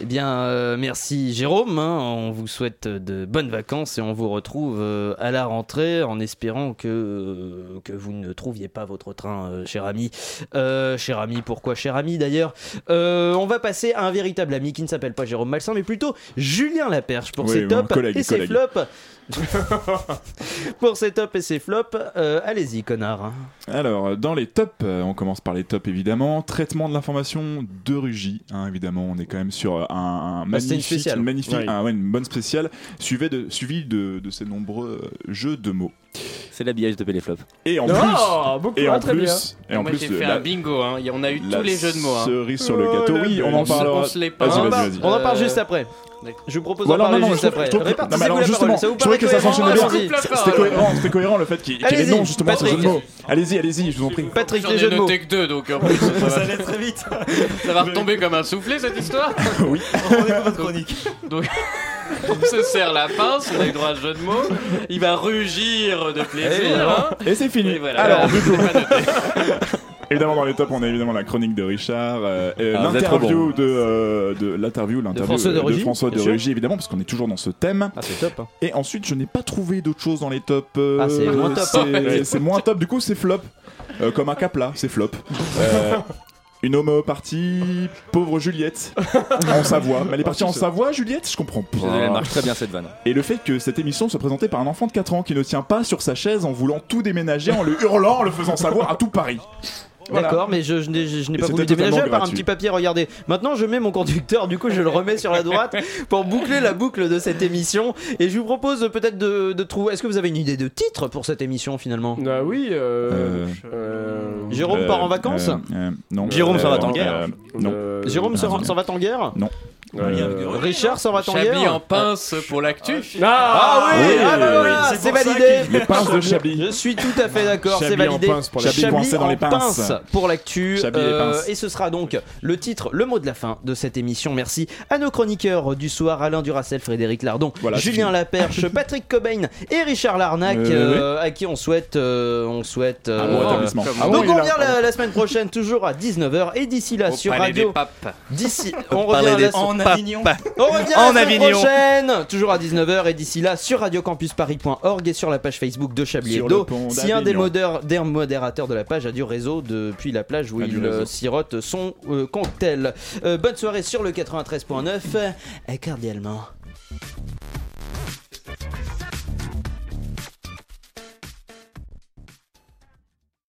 Speaker 12: Eh bien, euh, merci Jérôme. hein. On vous souhaite de bonnes vacances et on vous retrouve euh, à la rentrée en espérant que, euh, que vous ne trouviez pas votre train, euh, cher ami. Euh, cher ami, pourquoi cher ami d'ailleurs Euh, On va passer à un véritable ami qui ne s'appelle pas Jérôme Malsain, mais plutôt Julien Laperche pour
Speaker 13: Oui,
Speaker 12: ses
Speaker 13: mon
Speaker 12: tops
Speaker 13: collègue,
Speaker 12: et ses
Speaker 13: collègue.
Speaker 12: flops. pour ses tops et ses flops, euh, allez-y, connard.
Speaker 13: Alors, dans les tops, euh, on commence par les tops évidemment. Traitement de l'information de Rugy, hein, évidemment, on est quand même sur euh, un, un
Speaker 12: Ah, c'était une
Speaker 13: magnifique,
Speaker 12: spéciale.
Speaker 13: magnifique,
Speaker 12: Ouais.
Speaker 13: un- ouais, une bonne spéciale, suivi de, suivi de, de ces nombreux euh, jeux de mots.
Speaker 3: C'est l'habillage de Péléflop.
Speaker 13: Et en
Speaker 14: Oh,
Speaker 13: plus,
Speaker 14: beaucoup,
Speaker 13: et
Speaker 14: hein,
Speaker 13: en
Speaker 14: très bien.
Speaker 13: plus, et en
Speaker 14: Moi,
Speaker 13: plus,
Speaker 14: j'ai fait
Speaker 13: la-
Speaker 14: un bingo, hein. Et on a eu
Speaker 13: la
Speaker 14: tous les jeux de mots. hein.
Speaker 13: cerise sur le
Speaker 12: Oh,
Speaker 13: gâteau. Oui, on en
Speaker 14: se-
Speaker 13: parlera.
Speaker 14: on se les parle.
Speaker 13: Vas-y, vas-y, vas-y.
Speaker 12: On en parle juste après. Je vous propose d'en
Speaker 13: Voilà,
Speaker 12: parler
Speaker 13: non, non,
Speaker 12: juste
Speaker 13: je trouve-
Speaker 12: après.
Speaker 13: je trouve- non, mais
Speaker 12: Répartissez-vous
Speaker 13: alors
Speaker 12: la
Speaker 13: justement,
Speaker 12: parole. Ça
Speaker 13: je
Speaker 12: vous
Speaker 13: trouvais
Speaker 12: paraît
Speaker 13: que ça
Speaker 12: cohérent hein,
Speaker 13: s'enchaînait bien.
Speaker 12: Vas-y.
Speaker 13: C'était cohérent, c'était cohérent le fait qu'il qu'il y avait
Speaker 12: Allez-y,
Speaker 13: non justement sur ce jeu de
Speaker 12: Patrick.
Speaker 13: mots. Allez-y, allez-y, je vous en
Speaker 14: Euh,
Speaker 13: prie.
Speaker 12: Patrick,
Speaker 14: J'en ai noté que deux, donc en plus, ça, va... très vite. Ça va retomber comme un soufflé cette histoire
Speaker 13: Oui.
Speaker 14: chronique. Donc, on se serre la pince, on a eu droit à ce jeu de mots. Il va rugir de
Speaker 13: Et
Speaker 12: Eh,
Speaker 14: plaisir.
Speaker 13: voilà.
Speaker 14: hein.
Speaker 13: Et c'est fini.
Speaker 14: Et voilà.
Speaker 13: Alors,
Speaker 14: Voilà.
Speaker 13: du coup. Évidemment, dans les tops, on a évidemment la chronique de Richard, euh, euh,
Speaker 3: Ah, vous êtes trop
Speaker 13: l'interview de, euh, de l'interview, l'interview
Speaker 12: François de
Speaker 13: euh,
Speaker 12: Rugy,
Speaker 13: François de
Speaker 12: bien sûr.
Speaker 13: Rugy, évidemment, parce qu'on est toujours dans ce thème.
Speaker 12: Ah, c'est top.
Speaker 13: Et ensuite, je n'ai pas trouvé d'autre chose dans les tops. euh,
Speaker 12: Ah, c'est moins top.
Speaker 13: C'est
Speaker 12: Ouais.
Speaker 13: c'est moins top. Du coup, c'est flop. Euh, comme un capla, c'est flop. Euh, une homéopathie, pauvre Juliette, en Savoie. Mais elle est partie en Savoie, Juliette Je comprends pas.
Speaker 3: Elle marche très bien cette vanne.
Speaker 13: Et le fait que cette émission soit présentée par un enfant de 4 ans qui ne tient pas sur sa chaise en voulant tout déménager, en le hurlant, en le faisant savoir à tout Paris. Voilà.
Speaker 12: D'accord, mais je, je n'ai je n'ai
Speaker 13: Et
Speaker 12: pas voulu
Speaker 13: c'était totalement
Speaker 12: déménager à part un
Speaker 13: gratuit.
Speaker 12: petit papier. Regardez, maintenant je mets mon conducteur, du coup je le remets sur la droite pour boucler la boucle de cette émission. Et je vous propose peut-être de, de trouver. Est-ce que vous avez une idée de titre pour cette émission finalement
Speaker 2: Ah oui,
Speaker 13: Bah Euh,
Speaker 12: Jérôme
Speaker 13: euh,
Speaker 12: part en vacances
Speaker 13: euh, euh, Non.
Speaker 12: Jérôme s'en va en
Speaker 13: euh,
Speaker 12: guerre.
Speaker 13: Non.
Speaker 12: Jérôme s'en s'en va en guerre
Speaker 13: Non. Euh,
Speaker 12: Richard s'en va en
Speaker 14: Chablis
Speaker 12: guerre
Speaker 14: en pince pour l'actu.
Speaker 12: Ah oui, ah bah voilà,
Speaker 14: Oui.
Speaker 12: c'est validé.
Speaker 13: Les pinces de Chablis.
Speaker 12: Je suis tout à fait d'accord,
Speaker 13: Chablis
Speaker 12: c'est validé.
Speaker 13: en pince pour l'actu. Chablis coincé dans
Speaker 12: en
Speaker 13: les pinces.
Speaker 12: pince pour l'actu.
Speaker 13: Chablis et
Speaker 12: Euh,
Speaker 13: pinces.
Speaker 12: et ce sera donc le titre, le mot de la fin de cette émission. Merci à nos chroniqueurs du soir, Alain Duracel, Frédéric Lardon,
Speaker 13: c'est
Speaker 12: Julien
Speaker 13: fini.
Speaker 12: Laperche, Patrick Cobain et Richard Larnac,
Speaker 13: Euh,
Speaker 12: euh, à qui on souhaite, euh, on souhaite. euh,
Speaker 13: bon rétablissement.
Speaker 12: euh,
Speaker 13: Ah bon,
Speaker 12: donc
Speaker 13: il
Speaker 12: on
Speaker 13: est là,
Speaker 12: revient la, la semaine prochaine, toujours à 19h et d'ici là
Speaker 14: Au
Speaker 12: sur
Speaker 14: Palais
Speaker 12: radio.
Speaker 14: des Papes.
Speaker 12: D'ici,
Speaker 14: Au
Speaker 12: on
Speaker 14: Palais
Speaker 12: revient
Speaker 14: des
Speaker 12: la-
Speaker 14: Papes.
Speaker 12: On revient
Speaker 14: En
Speaker 12: la semaine
Speaker 14: Avignon.
Speaker 12: prochaine, toujours à 19h et d'ici là sur radiocampusparis.org et sur la page Facebook de Chablis
Speaker 13: Sur le
Speaker 12: Hebdo.
Speaker 13: pont
Speaker 12: Si un des,
Speaker 13: d'Avignon.
Speaker 12: modeurs- des modérateurs de la page a du réseau depuis la plage où
Speaker 13: A du
Speaker 12: il euh,
Speaker 13: réseau.
Speaker 12: sirote son euh, cocktail. Euh, bonne soirée sur le 93.9, euh, cordialement.